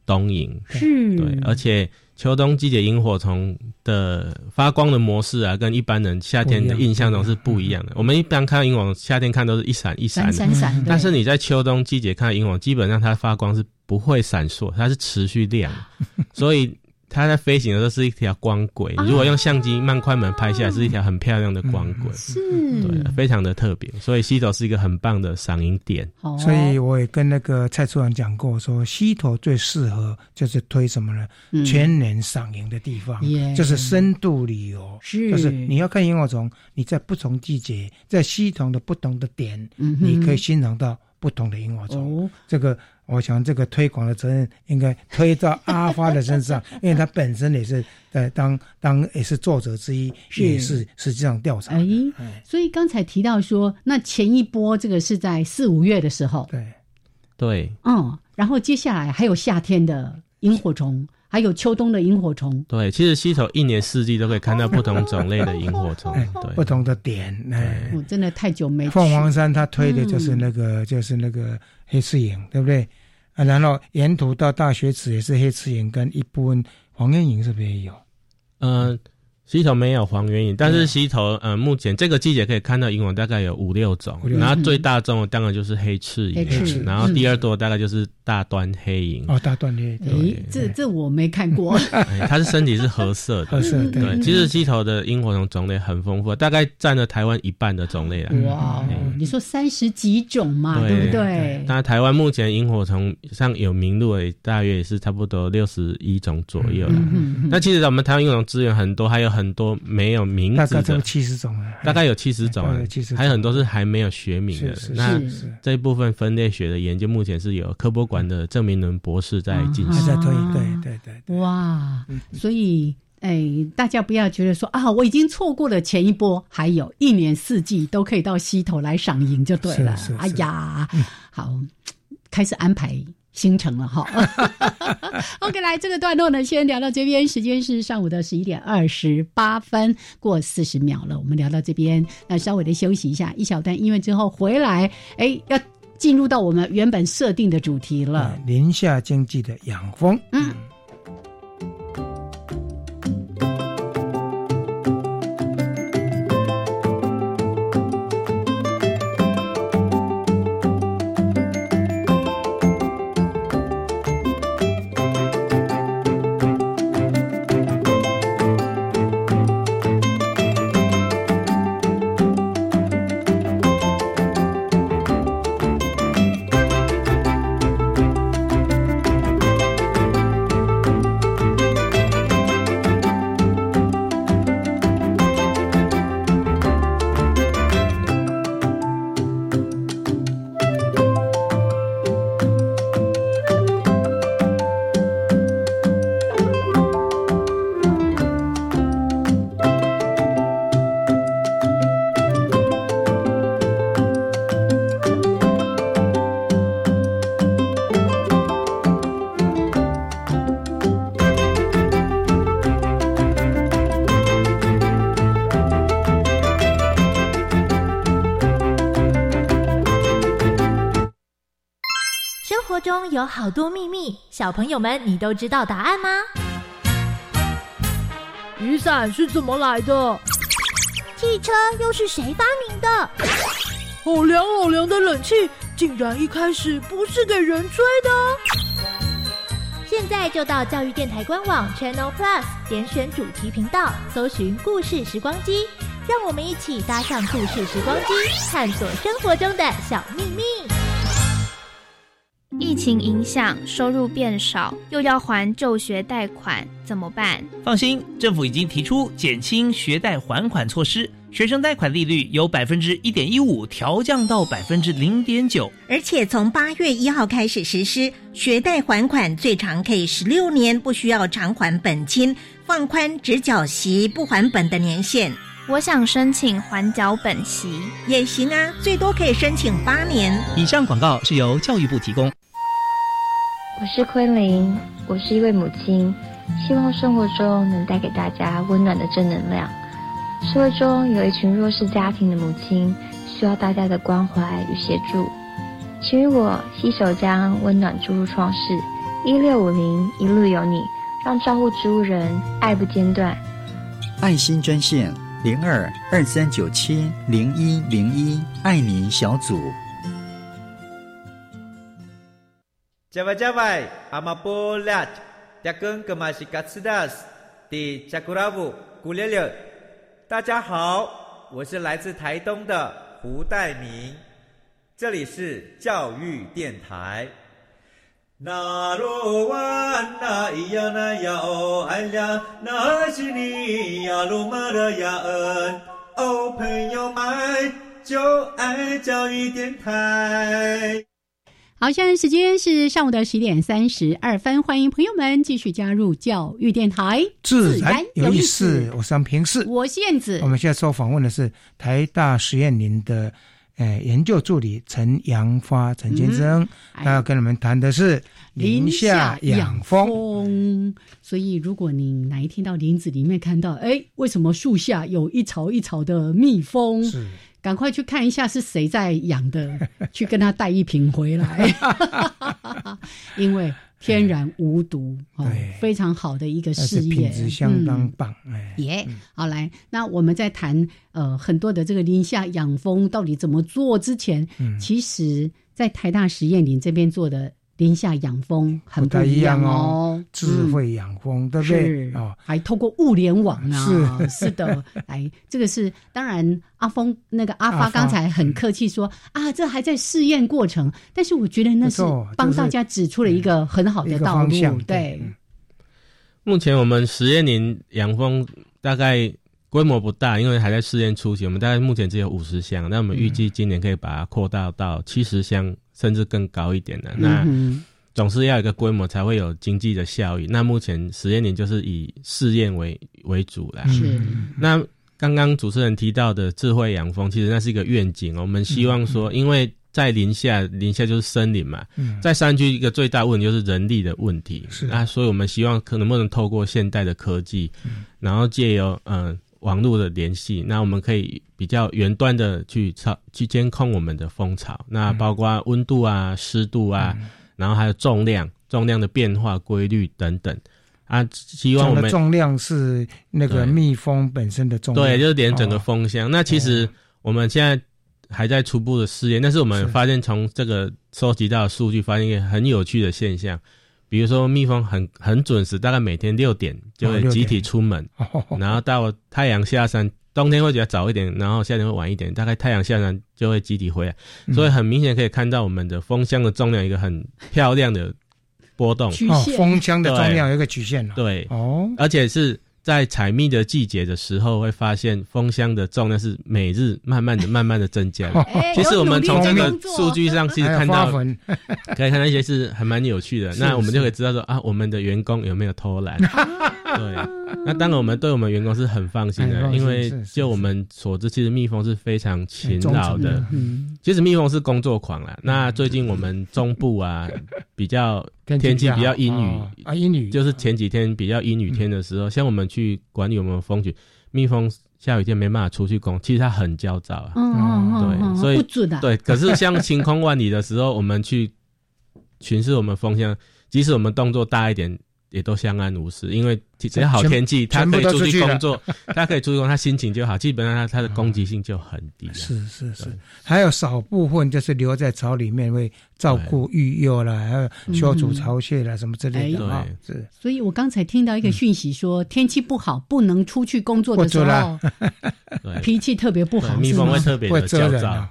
Speaker 4: 冬萤。
Speaker 2: 是，
Speaker 4: 嗯对，而且秋冬季节萤火虫的发光的模式啊，跟一般人夏天的印象中是不一样的。我们一般看到萤火虫，夏天看都是一闪一闪
Speaker 2: 闪
Speaker 4: 的，
Speaker 2: 闪闪
Speaker 3: 嗯
Speaker 2: 的，
Speaker 4: 但是你在秋冬季节看到萤火，基本上它发光是不会闪烁，它是持续亮 的，所以。它在飞行的时候是一条光轨，
Speaker 2: 啊
Speaker 4: 如果用相机慢快门拍下来，是一条很漂亮的光轨，
Speaker 2: 嗯是，
Speaker 4: 对，啊非常的特别。所以西头是一个很棒的赏萤点，
Speaker 2: 哦
Speaker 3: 所以我也跟那个蔡处长讲过，说溪头最适合就是推什么呢？
Speaker 2: 嗯
Speaker 3: 全年赏萤的地方
Speaker 2: 耶，
Speaker 3: 就是深度旅游。
Speaker 2: 是
Speaker 3: 就是你要看萤火虫，你在不同季节，在溪头的不同的点，
Speaker 2: 嗯哼
Speaker 3: 你可以欣赏到不同的萤火虫。
Speaker 2: 哦，
Speaker 3: 这个，我想这个推广的责任应该推到阿发的身 上，因为他本身也是在当当也是作者之一，
Speaker 2: 是
Speaker 3: 也是实际上调查
Speaker 2: 哎
Speaker 3: 的。，
Speaker 2: 所以刚才提到说，那前一波这个是在四五月的时候，
Speaker 3: 对，
Speaker 4: 对
Speaker 2: 嗯，然后接下来还有夏天的萤火虫，还有秋冬的萤火虫，
Speaker 4: 对，其实西头一年四季都可以看到不同种类的萤火 虫
Speaker 3: 哎，
Speaker 4: 对，
Speaker 3: 不同的点，哎。
Speaker 2: 我哦真的太久没去
Speaker 3: 凤凰山他推的就是那个、就是那个黑翅萤，对不对？啊，然后沿途到大学池也是黑翅萤跟一部分黄燕萤是不是也有？
Speaker 4: 嗯，溪头没有黄缘萤，但是溪头，呃，目前这个季节可以看到萤火大概有五六种
Speaker 3: 五，六
Speaker 4: 然后最大众的当然就是黑翅
Speaker 2: 黑翅
Speaker 4: 萤，然后第二多大概就是大端黑萤，
Speaker 3: 哦，大段的
Speaker 4: 嗯
Speaker 2: 哎，这这我没看过，
Speaker 4: 哎它是身体是褐色
Speaker 3: 褐
Speaker 4: 的。
Speaker 3: 色
Speaker 2: 嗯
Speaker 4: 对，
Speaker 3: 对，
Speaker 4: 其实溪头的萤火虫种类很丰富，大概占了台湾一半的种类啦。
Speaker 2: 哇，你说三十几种嘛，
Speaker 4: 对
Speaker 2: 对不对？
Speaker 4: 那台湾目前萤火虫上有名录的，大约也是差不多六十一种左右啦。
Speaker 2: 嗯
Speaker 4: 那其实我们台湾萤火虫资源很多，还有很多没有名
Speaker 3: 大
Speaker 4: 字
Speaker 3: 概
Speaker 4: 的
Speaker 3: 都，七十种了，
Speaker 4: 大概有七十种
Speaker 3: 大
Speaker 4: 啊
Speaker 3: 概有70种
Speaker 4: 还有很多是还没有学名
Speaker 3: 是
Speaker 4: 的。
Speaker 3: 是
Speaker 4: 那
Speaker 3: 是是，
Speaker 4: 这一部分分类学的研究目前是有科博馆的郑明伦博士在进
Speaker 3: 还
Speaker 4: 行。
Speaker 3: 在推
Speaker 2: 啊，
Speaker 3: 对对对，
Speaker 2: 嗯，哇，所以。哎，大家不要觉得说啊，我已经错过了前一波，还有一年四季都可以到溪头来赏萤就对了。
Speaker 3: 是是是嗯
Speaker 2: 哎呀，好，开始安排行程 了哈。OK，来这个段落呢，先聊到这边，时间是上午的十一点二十八分过四十秒了，我们聊到这边，那稍微的休息一下，一小段音乐之后回来，哎，要进入到我们原本设定的主题
Speaker 4: 啊
Speaker 2: 了。
Speaker 3: 对宁夏经济的养蜂，
Speaker 2: 嗯。
Speaker 6: 生活中有好多秘密，小朋友们，你都知道答案吗？
Speaker 7: 雨伞是怎么来的？
Speaker 5: 汽车又是谁发明的？
Speaker 7: 好哦凉好凉的冷气，竟然一开始不是给人吹的。
Speaker 6: 现在就到教育电台官网 Channel Plus 点选主题频道，搜寻“故事时光机”，让我们一起搭上故事时光机，探索生活中的小秘密。
Speaker 8: 疫情影响，收入变少，又要还就学贷款，怎么办？
Speaker 9: 放心，政府已经提出减轻学贷还款措施，学生贷款利率由百分之一点一五调降到百分之零点九。
Speaker 10: 而且从八月一号开始实施，学贷还款最长可以十六年，不需要偿还本金，放宽只缴息不还本的年限
Speaker 8: 我想申请缓缴本息。
Speaker 10: 也行啊，最多可以申请八年。
Speaker 9: 以上广告是由教育部提供。
Speaker 11: 我是昆凌，我是一位母亲，希望生活中能带给大家温暖的正能量。社会中有一群弱势家庭的母亲，需要大家的关怀与协助。请与我携手将温暖注入创世，一六五零一路有你，让照顾植物人爱不间断。
Speaker 12: 爱心专线零二二三九七零一零一爱你小组。
Speaker 13: Java Java, Amapolat, Jakun Kamashikatsudas, Di Jakuravu, Gulele。大家好，我是来自台东的胡代明，这里是教育电台。那罗哇那咿呀那呀哦哎呀，那是你呀鲁玛的呀恩，哦朋友们就爱教育电台。
Speaker 2: 好，现在时间是上午的十点三十二分，欢迎朋友们继续加入教育电台，
Speaker 3: 自然有意思。我是杨平视。
Speaker 2: 我是燕子
Speaker 3: 我，们现在受访问的是台大实验林的呃研究助理陈阳发陈先生，
Speaker 2: 哎
Speaker 3: 他要跟我们谈的是林下养蜂。
Speaker 2: 风。所以，如果你哪一天到林子里面看到，哎，为什么树下有一巢一巢的蜜蜂？
Speaker 3: 是
Speaker 2: 赶快去看一下是谁在养的，去跟他带一瓶回来， 因为天然无毒，哦
Speaker 3: 对，
Speaker 2: 非常好的一个
Speaker 3: 但是
Speaker 2: 事业，
Speaker 3: 品质相当
Speaker 2: 嗯
Speaker 3: 棒，哎，
Speaker 2: 耶、好来，那我们在谈呃很多的这个林下养蜂到底怎么做之前，
Speaker 3: 嗯
Speaker 2: 其实，在台大实验林这边做的林下养蜂很
Speaker 3: 不太
Speaker 2: 一
Speaker 3: 一样
Speaker 2: 哦
Speaker 3: 哦，智
Speaker 2: 嗯
Speaker 3: 慧养蜂，对不对
Speaker 2: 是？
Speaker 3: 哦，
Speaker 2: 还透过物联网啊， 是的，来，这个是当然，阿峰那个阿
Speaker 3: 阿
Speaker 2: 发
Speaker 3: 发嗯
Speaker 2: 刚才很客气说啊，这还在试验过程，但是我觉得那是
Speaker 3: 不错就是嗯
Speaker 2: 帮大家指出了一个很好
Speaker 3: 一
Speaker 2: 的
Speaker 3: 个
Speaker 2: 道
Speaker 3: 方向
Speaker 2: 路，，对，
Speaker 3: 嗯
Speaker 4: 目前我们实验林养蜂大概规模不大，因为还在试验初期，我们大概目前只有五十箱，那我们预
Speaker 3: 嗯
Speaker 4: 计今年可以把它扩大到七十箱，甚至更高一点的。那
Speaker 2: 嗯
Speaker 4: 总是要有一个规模才会有经济的效益。那目前实验林就是以试验为为主啦。
Speaker 3: 嗯
Speaker 2: 哼，是，
Speaker 4: 那刚刚主持人提到的智慧养蜂，其实那是一个愿景。我们希望说，因为在林下，林下就是森林嘛，
Speaker 3: 嗯
Speaker 4: 在山区一个最大问题就是人力的问题。
Speaker 3: 是
Speaker 4: 那所以我们希望可能不能透过现代的科技，然后借由嗯、呃网络的联系，那我们可以比较远端的去操去监控我们的蜂巢，
Speaker 3: 嗯
Speaker 4: 那包括温度啊、湿度啊，然后还有重量、重量的变化规律等等。啊，希望我
Speaker 3: 讲
Speaker 4: 们
Speaker 3: 的重量是那
Speaker 4: 对
Speaker 3: 个蜜蜂本身的重量，
Speaker 4: 对，就是连整个
Speaker 3: 哦
Speaker 4: 风箱。那其实我们现在还在初步的试验，但是我们
Speaker 3: 是
Speaker 4: 发现从这个收集到的数据，发现一个很有趣的现象，比如说蜜蜂很很准时，大概每天六点就
Speaker 3: 哦
Speaker 4: 会
Speaker 3: 6
Speaker 4: 集体
Speaker 3: 点
Speaker 4: 出门，
Speaker 3: 哦
Speaker 4: 然后到太阳下山。冬天会比较早一点，然后夏天会晚一点，大概太阳下山就会集体回来，
Speaker 3: 嗯
Speaker 4: 所以很明显可以看到我们的风箱的重量有一个很漂亮的波动，
Speaker 2: 曲
Speaker 3: 哦，
Speaker 2: 线，
Speaker 3: 蜂箱的重量有一个曲线了，
Speaker 4: 对，
Speaker 3: 哦，
Speaker 4: 而且是在采蜜的季节的时候，会发现蜂箱的重量是每日慢慢的、慢慢的增加的。
Speaker 3: 哦
Speaker 2: 哎
Speaker 4: 其实我们从这个数，
Speaker 2: 有努力的工作
Speaker 4: 据上其实
Speaker 3: 还哎有
Speaker 4: 看
Speaker 3: 花
Speaker 4: 到，
Speaker 3: 粉，
Speaker 4: 可以看到一些是还蛮有趣的。
Speaker 3: 是
Speaker 4: 那我们就可以知道说啊，我们的员工有没有偷 懒？对，那当然我们对我们员工是很放心
Speaker 3: 很
Speaker 4: 的，
Speaker 3: 放心
Speaker 4: 因为
Speaker 3: 是是
Speaker 4: 就我们所知，其实蜜蜂是非常勤劳
Speaker 3: 很忠诚
Speaker 4: 的
Speaker 3: 的。
Speaker 2: 嗯，
Speaker 4: 其实蜜蜂是工作狂啦。那最近我们中部 啊比较
Speaker 3: 天
Speaker 4: 天气比较阴雨
Speaker 3: 哦啊，阴雨
Speaker 4: 就是前几天比较阴雨天的时候，像我们去管理我们的蜂群，蜜蜂下雨天没办法出去工，其实它很焦躁啊。
Speaker 2: 嗯嗯嗯嗯，
Speaker 4: 对所以
Speaker 2: 不准的，
Speaker 4: 对，可是像晴空万里的时候，我们去巡视我们风向，即使我们动作大一点，也都相安无事。因为只要好天气，他
Speaker 3: 全
Speaker 4: 可
Speaker 3: 部
Speaker 4: 以
Speaker 3: 都
Speaker 4: 出
Speaker 3: 出
Speaker 4: 去
Speaker 3: 去了
Speaker 4: 工作，他可以出去工作，他心情就好。基本上他他的攻击性就很低啊、
Speaker 3: 是是是，还有少部分就是留在巢里面会照顾育幼啦，还有消除巢穴啦、什么之类的
Speaker 4: 哎
Speaker 3: 啊，是
Speaker 2: 所以我刚才听到
Speaker 3: 嗯
Speaker 2: 一个讯息说，天气不好不能出去工作的时候，
Speaker 4: 对
Speaker 2: 脾气特别不好，
Speaker 4: 对蜜
Speaker 2: 是
Speaker 4: 蜂
Speaker 2: 吗
Speaker 4: 会特别的焦躁，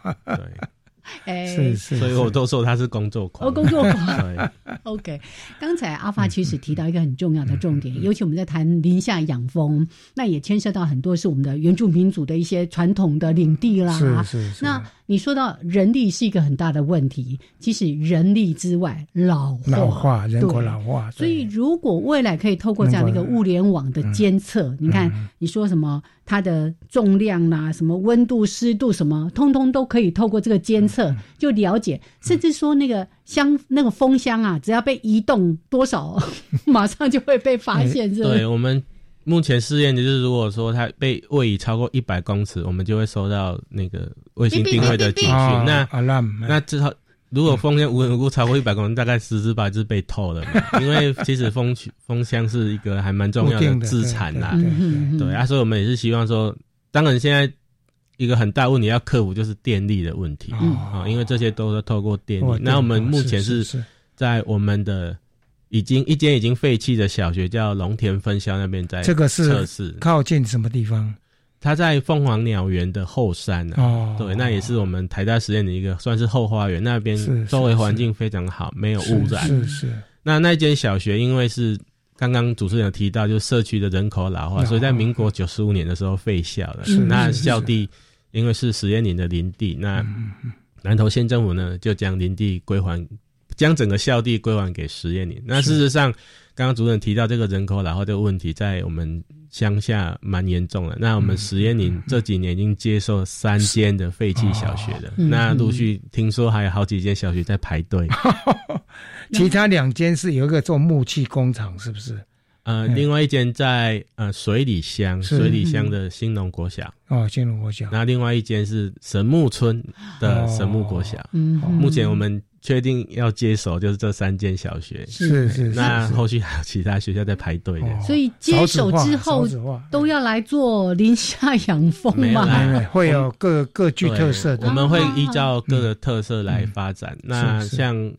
Speaker 2: 哎，
Speaker 4: 对，所以我都说他是工作狂，
Speaker 2: 哦，工作狂
Speaker 4: 对。
Speaker 2: OK，刚才阿发其实提到一个很重要的重
Speaker 3: 嗯
Speaker 2: 点，尤其我们在谈林下养蜂，那也牵涉到很多是我们的原住民族的一些传统的领地啦。
Speaker 3: 是是是
Speaker 2: 那你说到人力是一个很大的问题，其实人力之外，老化
Speaker 3: 老化人口
Speaker 2: 对
Speaker 3: 老化，
Speaker 2: 所以，如果未来可以透过这样的一个物联网的监测，
Speaker 3: 嗯
Speaker 2: 你看，你说什么它的重量啦、什么温度、湿度什么，通通都可以透过这个监
Speaker 3: 嗯
Speaker 2: 测就了解，甚至说那个箱、那个风箱啊，只要被移动多少， 马上就会被发现，是不
Speaker 4: 对，
Speaker 2: 是？
Speaker 4: 我们目前试验的就是，如果说它被位移超过一百公尺，我们就会收到那个卫星定位的警讯。
Speaker 3: 啊
Speaker 4: 那
Speaker 3: alarm
Speaker 4: 哦那之后。如果风箱无缘无故超过一百公尺，大概十之八九是被偷的嘛， 因为其实风风箱是一个还蛮重要
Speaker 3: 固定的
Speaker 4: 资产啦。
Speaker 3: 对对对
Speaker 2: 嗯
Speaker 4: 对啊，所以我们也是希望说，当然现在一个很大问题要克服就是电力的问题啊、
Speaker 3: 嗯
Speaker 4: 因为这些都是透过电
Speaker 3: 哦
Speaker 4: 力。那我们目前是
Speaker 3: 是是是
Speaker 4: 在我们的已经一间已经废弃的小学叫龙田分校那边在
Speaker 3: 这个
Speaker 4: 测
Speaker 3: 是
Speaker 4: 试，
Speaker 3: 靠近什么地方？
Speaker 4: 它在凤凰鸟园的后山啊，
Speaker 3: 哦
Speaker 4: 对，那也是我们台大实验的一个算是后花园，那边
Speaker 3: 是是
Speaker 4: 周围环境非常好，没有污染。
Speaker 3: 是是是
Speaker 4: 那那间小学因为是刚刚主持人有提到，就是社区的人口老化，
Speaker 3: 老化
Speaker 4: 所以在民国九十五年的时候废校了。
Speaker 3: 是
Speaker 4: 那
Speaker 3: 是嗯是
Speaker 4: 校地因为是实验林的林地，那南投县政府呢就将林地归还，将整个校地归还给实验林。那
Speaker 3: 是
Speaker 4: 事实上，刚刚主任提到这个人口老化这个问题，在我们乡下蛮严重的。那我
Speaker 3: 嗯
Speaker 4: 们实验林这几年已经接受三间的废弃小学了，
Speaker 3: 嗯
Speaker 4: 那
Speaker 3: 嗯
Speaker 4: 陆续听说还有好几间小学在排队。
Speaker 3: 其他两间是有一个做木器工厂，是不是？
Speaker 4: 呃，
Speaker 3: 嗯
Speaker 4: 另外一间在呃水里乡，
Speaker 3: 是嗯
Speaker 4: 水里乡的兴农国小，
Speaker 3: 哦，进入我想，
Speaker 4: 那另外一间是神木村的
Speaker 3: 哦
Speaker 4: 神木国小。
Speaker 2: 嗯哼
Speaker 4: 目前我们确定要接手就是这三间小学，
Speaker 3: 是是
Speaker 4: 那
Speaker 3: 是哦
Speaker 4: 后续还有其他学校在排队的。
Speaker 2: 所以接手之
Speaker 3: 少
Speaker 2: 后
Speaker 3: 子化
Speaker 2: 都要来做林下养蜂
Speaker 4: 没有
Speaker 2: 嘛
Speaker 4: 啦？
Speaker 3: 对会有各各具特色的嗯
Speaker 4: 对我们会依照各个特色来发展。那
Speaker 3: 是是
Speaker 4: 像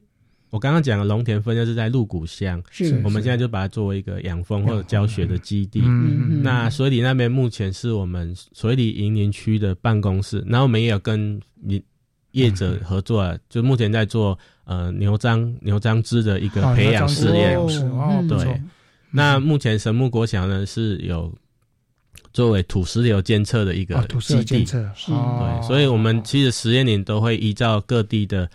Speaker 4: 我刚刚讲的龙田分校是在鹿谷乡，
Speaker 3: 嗯是
Speaker 4: 我们现在就把它作为一个养蜂或者教学的基地。
Speaker 3: 嗯嗯
Speaker 4: 那水里那边目前是我们水里营林区的办公室，然后我们也有跟你。业者合作
Speaker 3: 嗯
Speaker 4: 啊，就目前在做呃牛樟牛樟芝的一个
Speaker 3: 哦
Speaker 4: 培养试验，
Speaker 3: 牛樟芝哦嗯不错
Speaker 4: 对。那目前神木国小呢是有作为土石流监测的一个
Speaker 3: 哦，土
Speaker 4: 基
Speaker 3: 色
Speaker 4: 地，
Speaker 3: 监测，哦呃
Speaker 4: 对，，所以我们其实实验林都会依照各地的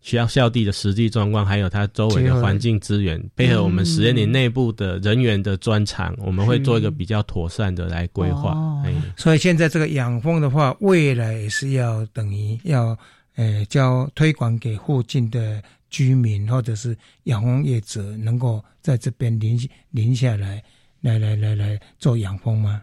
Speaker 4: 需要校地的实际状况，还有它周围
Speaker 3: 结合
Speaker 4: 的环境资源，配合我们实验林内部的人员的专长，我们会做一个比较妥善的来规划。哎，
Speaker 3: 所以现在呃这个养蜂的话，未来也是要等于要呃教推广给附近的居民或者是养蜂业者，能够在这边临临下来，来来来来做养蜂吗？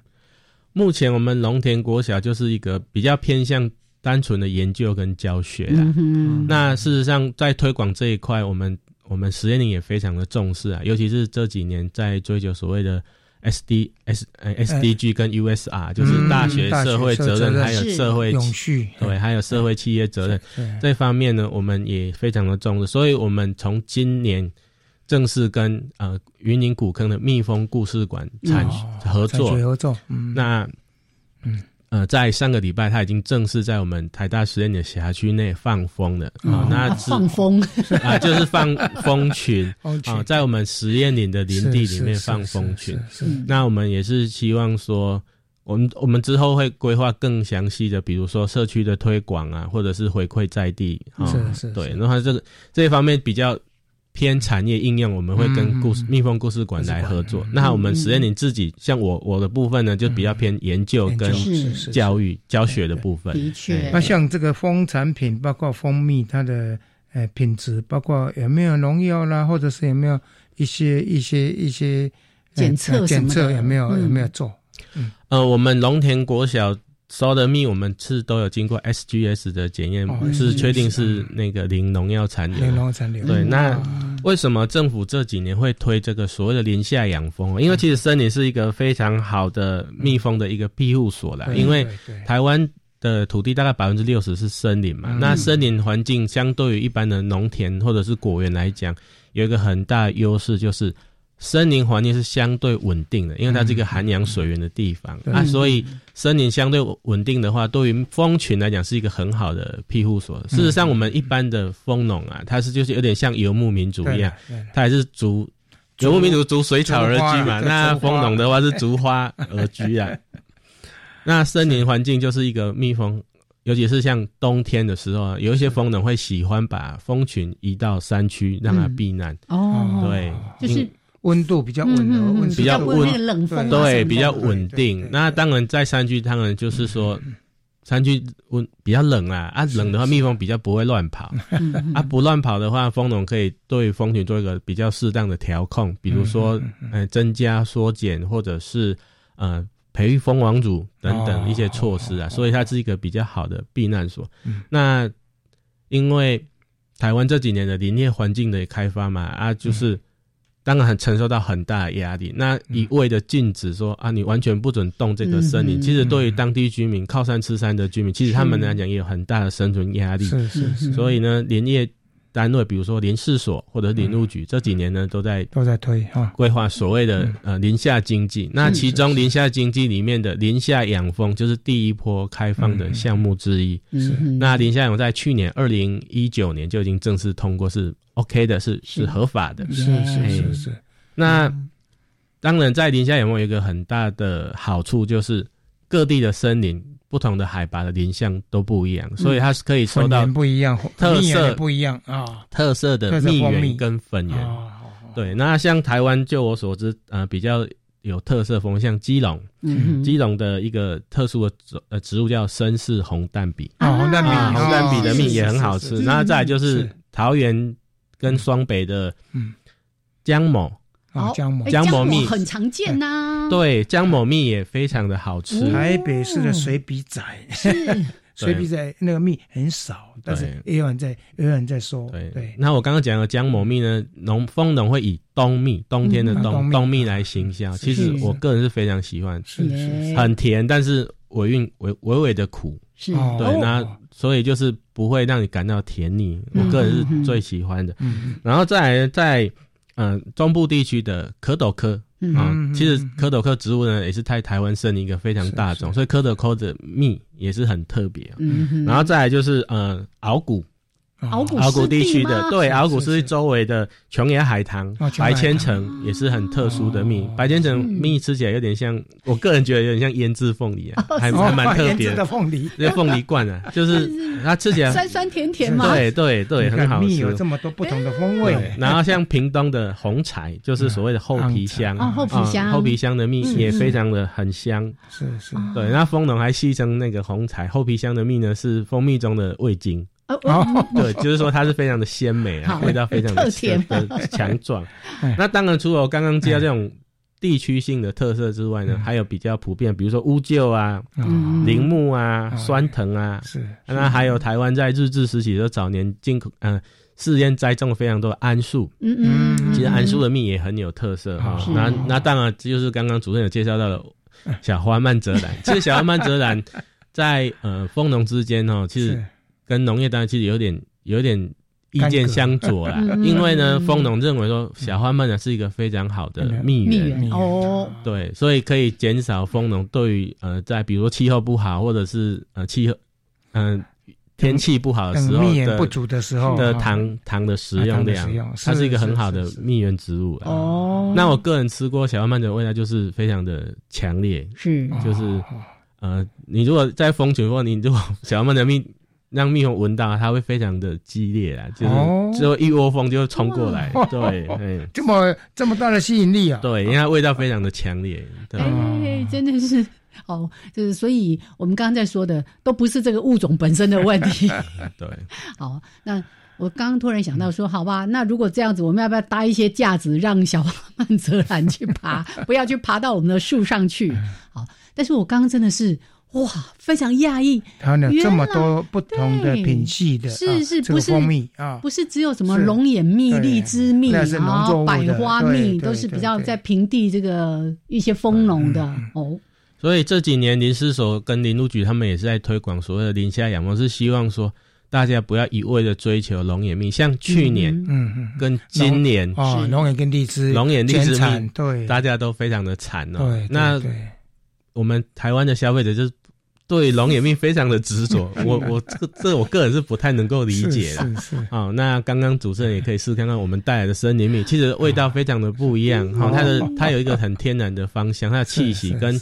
Speaker 4: 目前我们龙田国小就是一个比较偏向单纯的研究跟教学啦。
Speaker 2: 嗯
Speaker 4: 那事实上，在推广这一块，我们我们实验林也非常的重视啊，尤其是这几年在追求所谓的 S D S 呃 S D G 跟 U S R，、就是大学
Speaker 3: 嗯大学
Speaker 4: 社会
Speaker 3: 社
Speaker 4: 责任
Speaker 3: 责
Speaker 4: 还有
Speaker 3: 任
Speaker 4: 社会
Speaker 3: 永
Speaker 4: 企
Speaker 3: 续
Speaker 4: 对，还有社会企业责任
Speaker 3: 对
Speaker 4: 这方面呢，我们也非常的重视，所以我们从今年。正式跟呃云林古坑的蜜蜂故事馆参合作，
Speaker 3: 嗯哦产学合作，嗯，
Speaker 4: 那
Speaker 3: 嗯
Speaker 4: 呃，在上个礼拜，它已经正式在我们台大实验的辖区内放风了啊、
Speaker 2: 哦
Speaker 4: 那
Speaker 2: 啊
Speaker 4: 只
Speaker 2: 放风
Speaker 4: 啊，就是放蜂 群啊
Speaker 3: 蜂、群
Speaker 4: 在我们实验林的林地
Speaker 3: 是
Speaker 4: 里面
Speaker 3: 是
Speaker 4: 放
Speaker 3: 是
Speaker 4: 蜂
Speaker 3: 是
Speaker 4: 群。
Speaker 3: 是是
Speaker 4: 那我们也是希望说，我们我们之后会规划更详细的，比如说社区的推广啊，或者是回馈在地啊、
Speaker 3: 是是
Speaker 4: 对。然后这个这一方面比较偏产业应用，我们会
Speaker 3: 嗯
Speaker 4: 跟故事、蜜蜂故事馆来合作。那我们实验林自己，像我我的部分呢，就比较偏研究跟
Speaker 3: 嗯研究是是是
Speaker 4: 教育教学的部分。
Speaker 2: 的确
Speaker 3: 那像这个蜂产品，包括蜂蜜，它的呃品质，包括有没有农药啦，或者是有没有一些一些一些呃
Speaker 2: 检测什么的
Speaker 3: 检测有没有
Speaker 2: 嗯
Speaker 3: 有没有做？
Speaker 4: 呃，我们龙田国小收的蜜我们是都有经过 SGS 的检验，
Speaker 3: 哦
Speaker 4: 是
Speaker 3: SGS
Speaker 4: 确定是那个零农药残留。
Speaker 3: 嗯零农残留
Speaker 4: 对，
Speaker 3: 嗯
Speaker 4: 那为什么政府这几年会推这个所谓的林下养蜂？啊
Speaker 3: 嗯
Speaker 4: 因为其实森林是一个非常好的蜜蜂的一个庇护所啦，
Speaker 3: 对
Speaker 4: 呃因为
Speaker 3: 对对
Speaker 4: 台湾。的土地大概百分之六十是森林嘛，
Speaker 3: 嗯
Speaker 4: 那森林环境相对于一般的农田或者是果园来讲，有一个很大的优势就是森林环境是相对稳定的，因为它是一个涵养水源的地方、
Speaker 3: 对
Speaker 4: 啊，所以森林相对稳定的话，对于蜂群来讲是一个很好的庇护所。事实
Speaker 3: 嗯
Speaker 4: 上，我们一般的蜂农啊，它是就是有点像游牧民族一样
Speaker 3: 对了对了，
Speaker 4: 它还是逐
Speaker 3: 逐
Speaker 4: 游牧民族逐水草而
Speaker 3: 逐花
Speaker 4: 居嘛，
Speaker 3: 对
Speaker 4: 那
Speaker 3: 逐花
Speaker 4: 蜂农的话是逐花而居啊。那森林环境就是一个蜜蜂，尤其是像冬天的时候啊，有一些蜂农会喜欢把蜂群移到山区，让它避难。
Speaker 2: 哦
Speaker 4: 对，
Speaker 2: 就是
Speaker 3: 温度
Speaker 4: 哦
Speaker 3: 比较温和，
Speaker 2: 嗯嗯嗯
Speaker 3: 温
Speaker 2: 比较
Speaker 3: 度
Speaker 2: 温那个冷风啊什么
Speaker 4: 对，
Speaker 2: 的
Speaker 4: 比较稳定。那当然在山区，当然就是说。山区温比较冷啊，啊冷的话，蜜蜂比较不会乱跑，
Speaker 2: 嗯
Speaker 3: 嗯
Speaker 4: 啊不乱跑的话，蜂农可以对蜂群做一个比较适当的调控，比如
Speaker 3: 嗯
Speaker 4: 说，呃，增加缩减或者是呃培育蜂王乳等等一些措施
Speaker 3: 哦
Speaker 4: 啊，所以它是一个比较好的避难所。
Speaker 3: 嗯
Speaker 4: 那因为台湾这几年的林业环境的开发嘛，啊，
Speaker 3: 嗯
Speaker 4: 就是当然很承受到很大的压力。那一味的禁止说啊，你完全不准动这个森林，
Speaker 3: 嗯
Speaker 4: 其实对于当地居民、靠山吃山的居民，其实他们来讲也有很大的生存压力。
Speaker 3: 是是是
Speaker 4: 所以呢，林业单位，比如说林试所或者是林务
Speaker 3: 嗯
Speaker 4: 局，这几年呢都在
Speaker 3: 都在推哈。
Speaker 4: 规划所谓的
Speaker 3: 嗯
Speaker 4: 呃林下经济。那其中林下经济里面的林下养蜂就是第一波开放的项目之一。
Speaker 2: 嗯哼
Speaker 4: 那林下养蜂在去年二零一九年就已经正式通过，是 OK 的，是
Speaker 2: 是
Speaker 4: 是合法的。
Speaker 3: 是嗯是
Speaker 4: 哎
Speaker 3: 是是，
Speaker 2: 嗯
Speaker 4: 那当然，在林下养蜂有一个很大的好处，就是各地的森林。不同的海拔的林相都不一样，所以它是可以收
Speaker 3: 混
Speaker 4: 到
Speaker 3: 年嗯不一样，
Speaker 4: 特
Speaker 3: 蜜源也
Speaker 4: 色
Speaker 3: 不一样啊。
Speaker 4: 特色的
Speaker 3: 特色
Speaker 4: 蜜
Speaker 3: 蜂蜜
Speaker 4: 源跟粉源。
Speaker 3: 哦
Speaker 4: 对，那像台湾，就我所知，呃，比较有特色风，像基隆，
Speaker 2: 嗯哼
Speaker 4: 基隆的一个特殊的植呃植物叫绅士红蛋比，
Speaker 3: 哦，红蛋饼，
Speaker 4: 啊，红蛋比的蜜也很好吃。那再来就是是桃园跟双北的
Speaker 3: 嗯
Speaker 4: 姜母，
Speaker 3: 啊，姜母
Speaker 2: 哎
Speaker 4: 姜母蜜
Speaker 2: 很常见呐、
Speaker 4: 对，姜母蜜也非常的好吃。
Speaker 3: 台北市的
Speaker 4: 嗯
Speaker 3: 水笔仔， 水笔仔那个蜜很少，但是也有人在，也有人在说，对，
Speaker 4: 那我刚刚讲的姜母蜜呢，农蜂农会以冬蜜，冬天的
Speaker 3: 嗯冬
Speaker 4: 冬
Speaker 3: 蜜
Speaker 4: 冬蜜来行销。其实我个人是非常喜欢，
Speaker 3: 是是
Speaker 4: 很甜，但是尾韵微微微的苦，
Speaker 2: 是
Speaker 3: 哦
Speaker 4: 对，那所以就是不会让你感到甜腻，我
Speaker 3: 嗯
Speaker 4: 个人
Speaker 3: 嗯嗯
Speaker 4: 是最喜欢的。
Speaker 3: 嗯
Speaker 4: 然后再来在嗯、呃中部地区的蝌蚪科。
Speaker 3: 嗯
Speaker 4: 啊
Speaker 3: 嗯嗯
Speaker 4: 其实蝌蚪科植物呢，也是在台湾森林一个非常大种，所以蝌蚪科的蜜也是很特别、啊
Speaker 2: 嗯哼
Speaker 4: 然后再来就是呃，鳌骨，
Speaker 3: 嗯哦
Speaker 2: 鳌骨
Speaker 4: 鳌骨地区
Speaker 2: 哦湿地吗
Speaker 4: 的，对，鳌骨湿地周围的琼崖海棠
Speaker 3: 哦、琼崖
Speaker 4: 白
Speaker 3: 海棠哦
Speaker 4: 千层也是很特殊的蜜。白千
Speaker 2: 嗯
Speaker 4: 层蜜吃起来有点像，我个人觉得有点像腌制凤梨啊，
Speaker 2: 哦
Speaker 4: 还
Speaker 2: 是
Speaker 4: 还蛮特
Speaker 3: 腌
Speaker 4: 别
Speaker 3: 制的凤梨
Speaker 4: 这凤梨罐 啊，就是它吃起来
Speaker 2: 酸酸甜甜嘛，
Speaker 4: 对对对，
Speaker 3: 你
Speaker 4: 很
Speaker 3: 看
Speaker 4: 好
Speaker 3: 蜜
Speaker 4: 吃
Speaker 3: 有。这么多不同的风
Speaker 4: 对
Speaker 3: 味，，
Speaker 4: 然后像屏东的红柴，就是所谓的厚皮香，
Speaker 2: 嗯哦厚皮
Speaker 4: 啊
Speaker 2: 香
Speaker 4: 厚皮香的蜜
Speaker 2: 嗯
Speaker 4: 也
Speaker 2: 嗯
Speaker 4: 非常的很香。
Speaker 3: 是是，
Speaker 2: 哦
Speaker 4: 对，那蜂农还戏称那个红柴厚皮香的蜜呢是蜂蜜中的味精。
Speaker 2: 哦哦
Speaker 4: 对，就是说它是非常的鲜美啊，
Speaker 2: 好
Speaker 4: 味道非常的
Speaker 2: 特甜哎
Speaker 4: 的强壮。那当然，除了我刚刚介绍这种地区性的特色之
Speaker 2: 嗯
Speaker 4: 外呢，还有比较普遍，比如说乌桕啊、
Speaker 3: 嗯
Speaker 4: 铃木啊、酸藤啊，
Speaker 3: 是。
Speaker 4: 那还有台湾在日治时期的早年进口，嗯、试验栽种了非常多的桉树。
Speaker 2: 嗯嗯嗯
Speaker 4: 其实桉树的蜜也很有特色哈、
Speaker 2: 是
Speaker 4: 那那当然就是刚刚主任有介绍到的小花曼泽 兰。其实小花曼泽兰在呃蜂农之间哦，其实
Speaker 3: 是
Speaker 4: 跟农业单位其实有点有点意见相左啦
Speaker 2: 干戈嗯。
Speaker 4: 因为呢，蜂农认为说小花曼呢是一个非常好的蜜
Speaker 2: 嗯蜜
Speaker 4: 源，
Speaker 2: 源哦，
Speaker 4: 对，所以可以减少蜂农对于呃在比如说气候不好或者是呃气候嗯、天气不好的时
Speaker 3: 等
Speaker 4: 候
Speaker 3: 蜜源
Speaker 4: 的
Speaker 3: 嗯不足的时候
Speaker 4: 的
Speaker 3: 啊
Speaker 4: 糖糖的食
Speaker 3: 啊
Speaker 4: 用
Speaker 3: 糖的
Speaker 4: 量，
Speaker 3: 食用
Speaker 4: 它
Speaker 3: 是
Speaker 4: 是一个
Speaker 3: 是
Speaker 4: 很好
Speaker 3: 是
Speaker 4: 的
Speaker 3: 是
Speaker 4: 蜜源植物啊。
Speaker 2: 哦
Speaker 4: 那我个人吃过小花曼的味道就是非常的强烈，
Speaker 2: 是
Speaker 3: 哦
Speaker 4: 就是呃，你如果在蜂群或你如果小花曼的蜜让蜜蜂闻到，它会非常的激烈啊，就是、
Speaker 3: 哦
Speaker 4: 就一窝蜂就会冲过来
Speaker 3: 哇，
Speaker 4: 对，哎
Speaker 3: 这么这么大的吸引力啊！
Speaker 4: 对，因为它味道非常的强烈，对。
Speaker 3: 嗯
Speaker 2: 哎，真的是哦，就是所以我们刚刚在说的都不是这个物种本身的问题。
Speaker 4: 对，
Speaker 2: 好，那我刚刚突然想到说，好吧，那如果这样子，我们要不要搭一些架子，让小花曼
Speaker 3: 嗯
Speaker 2: 泽兰去爬，不要去爬到我们的树上去？好，但是我刚刚真的是哇，非常讶异，
Speaker 3: 它呢
Speaker 2: 原来
Speaker 3: 这么多不同的品系的，啊
Speaker 2: 是是，
Speaker 3: 这
Speaker 2: 不
Speaker 3: 个
Speaker 2: 是
Speaker 3: 蜂蜜啊，
Speaker 2: 不是只有什么
Speaker 3: 是
Speaker 2: 龙眼蜜、
Speaker 3: 对
Speaker 2: 荔枝蜜
Speaker 3: 那是农
Speaker 2: 啊
Speaker 3: 作物、的
Speaker 2: 百花
Speaker 3: 对
Speaker 2: 蜜，
Speaker 3: 对
Speaker 2: 都是比
Speaker 3: 对
Speaker 2: 较
Speaker 3: 对嗯
Speaker 2: 在平地这个一些蜂农的哦。
Speaker 4: 所以这几年林师所跟林路局他们也是在推广所谓的林下养蜂，是希望说大家不要一味的追求龙眼蜜，像去年
Speaker 3: 嗯嗯，
Speaker 4: 跟今年
Speaker 3: 哦，龙眼跟荔枝，
Speaker 4: 龙眼、荔枝
Speaker 3: 减产
Speaker 4: 蜜，
Speaker 3: 对
Speaker 4: 大家都非常的惨哦。
Speaker 3: 对对
Speaker 4: 那
Speaker 3: 对
Speaker 4: 我们台湾的消费者就是对龙眼蜜非常的执 着，我我这个这我个人是不太能够理解的。
Speaker 3: 是是是
Speaker 4: 好、那刚刚主持人也可以试看看我们带来的森林蜜，其实味道非常的不一
Speaker 3: 嗯
Speaker 4: 样。
Speaker 3: 哦
Speaker 4: 哦好、它的它有一个很天然的芳香，它的气息跟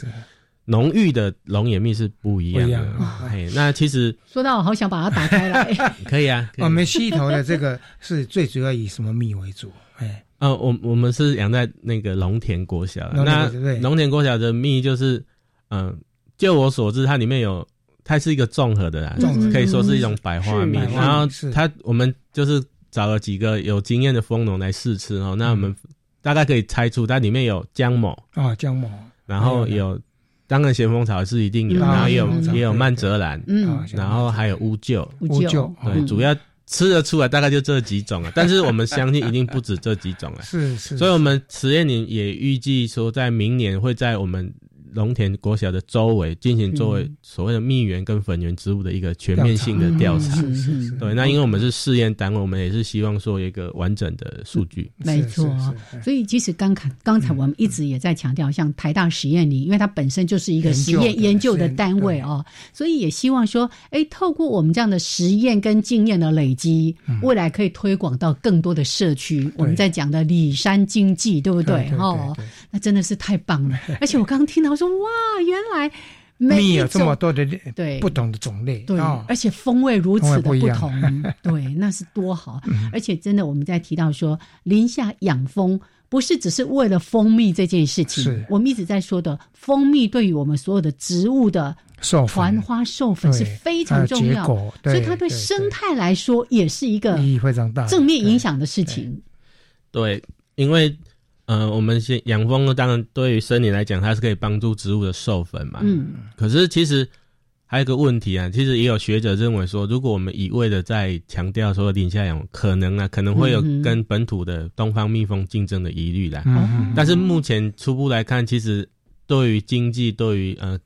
Speaker 4: 浓郁的龙眼蜜是不一样
Speaker 3: 不一
Speaker 4: 的
Speaker 3: 样。
Speaker 4: 哎，那其实
Speaker 2: 说到我好想把它打 开来，哦
Speaker 4: 可以啊，可以
Speaker 3: 我们溪头的这个是最主要以什么蜜为主？哎，
Speaker 4: 呃，我我们是养在那个龙田国小啦，
Speaker 3: 龙田
Speaker 4: 那
Speaker 3: 国小对
Speaker 4: 龙田国小的蜜就是，嗯、就我所知，它里面有它是一个综合的啦
Speaker 3: 综合，
Speaker 4: 可以说是一种百花蜜。
Speaker 3: 是
Speaker 4: 然后
Speaker 3: 是
Speaker 4: 它我们就是找了几个有经验的蜂农来试吃哦，
Speaker 3: 嗯
Speaker 4: 那我们大概可以猜出它里面有姜某，
Speaker 3: 啊，姜母，
Speaker 4: 然后有当然咸丰草是一定有，
Speaker 3: 哎嗯
Speaker 4: 然后也有
Speaker 3: 嗯嗯
Speaker 4: 也有曼泽兰，
Speaker 3: 啊
Speaker 2: 嗯
Speaker 4: 然后还有乌桕，
Speaker 2: 乌桕
Speaker 3: 哦
Speaker 4: 对，
Speaker 2: 嗯
Speaker 4: 主要吃得出来大概就这几种啊，但是我们相信一定不止这几种 啊，
Speaker 3: 是是
Speaker 4: 所以我们实验林也预计说，在明年会在我们龙田国小的周围进行作为
Speaker 2: 嗯
Speaker 4: 所谓的蜜源跟粉源植物的一个全面性的调查。
Speaker 2: 嗯是是是
Speaker 4: 对，那因为我们是试验单位，我们也是希望说有一个完整的数据。
Speaker 2: 没错，所以其实刚才刚才我们一直也在强调，像台大实验林，因为它本身就是一个实
Speaker 14: 研究
Speaker 2: 验
Speaker 14: 的
Speaker 2: 研究的单位哦，所以也希望说，哎，透过我们这样的实验跟经验的累积，
Speaker 14: 嗯
Speaker 2: 未来可以推广到更多的社区。我们在讲的里山经济，对不
Speaker 14: 对对
Speaker 2: 哦，那真的是太棒 了！而且我刚刚听到说，哇，原来每
Speaker 3: 蜜
Speaker 2: 一
Speaker 14: 啊
Speaker 3: 有
Speaker 2: 种
Speaker 3: 这么多的
Speaker 2: 对
Speaker 3: 不同的种类
Speaker 2: 对，
Speaker 3: 啊，
Speaker 2: 而且风味如此
Speaker 3: 风味
Speaker 2: 的
Speaker 3: 不
Speaker 2: 不
Speaker 3: 一样 嗯
Speaker 2: 同， 对，那是多好。而且真的，我们在提到说，林下养蜂不是只是为了蜂蜜这件事情
Speaker 3: 是，
Speaker 2: 我们一直在说的，蜂蜜对于我们所有的植物的
Speaker 3: 授粉
Speaker 2: 传花授粉是
Speaker 3: 对
Speaker 2: 非常重要
Speaker 3: 还有结果，对
Speaker 2: 所以它
Speaker 3: 对
Speaker 2: 对
Speaker 3: 对
Speaker 2: 生态来说也是一个
Speaker 3: 意义非常大的
Speaker 2: 正面影响的事情。
Speaker 4: 对，因为呃，我们先养蜂呢，当然对于森林来讲，它是可以帮助植物的授粉嘛。
Speaker 2: 嗯，
Speaker 4: 可是其实还有一个问题啊，其实也有学者认为说，如果我们一味的在强调说林下养，可能啊，可能会有
Speaker 2: 嗯哼
Speaker 4: 跟本土的东方蜜蜂竞争的疑虑啦。
Speaker 3: 嗯
Speaker 2: 哦
Speaker 3: 哼
Speaker 4: 但是目前初步来看，其实对于经济，对于呃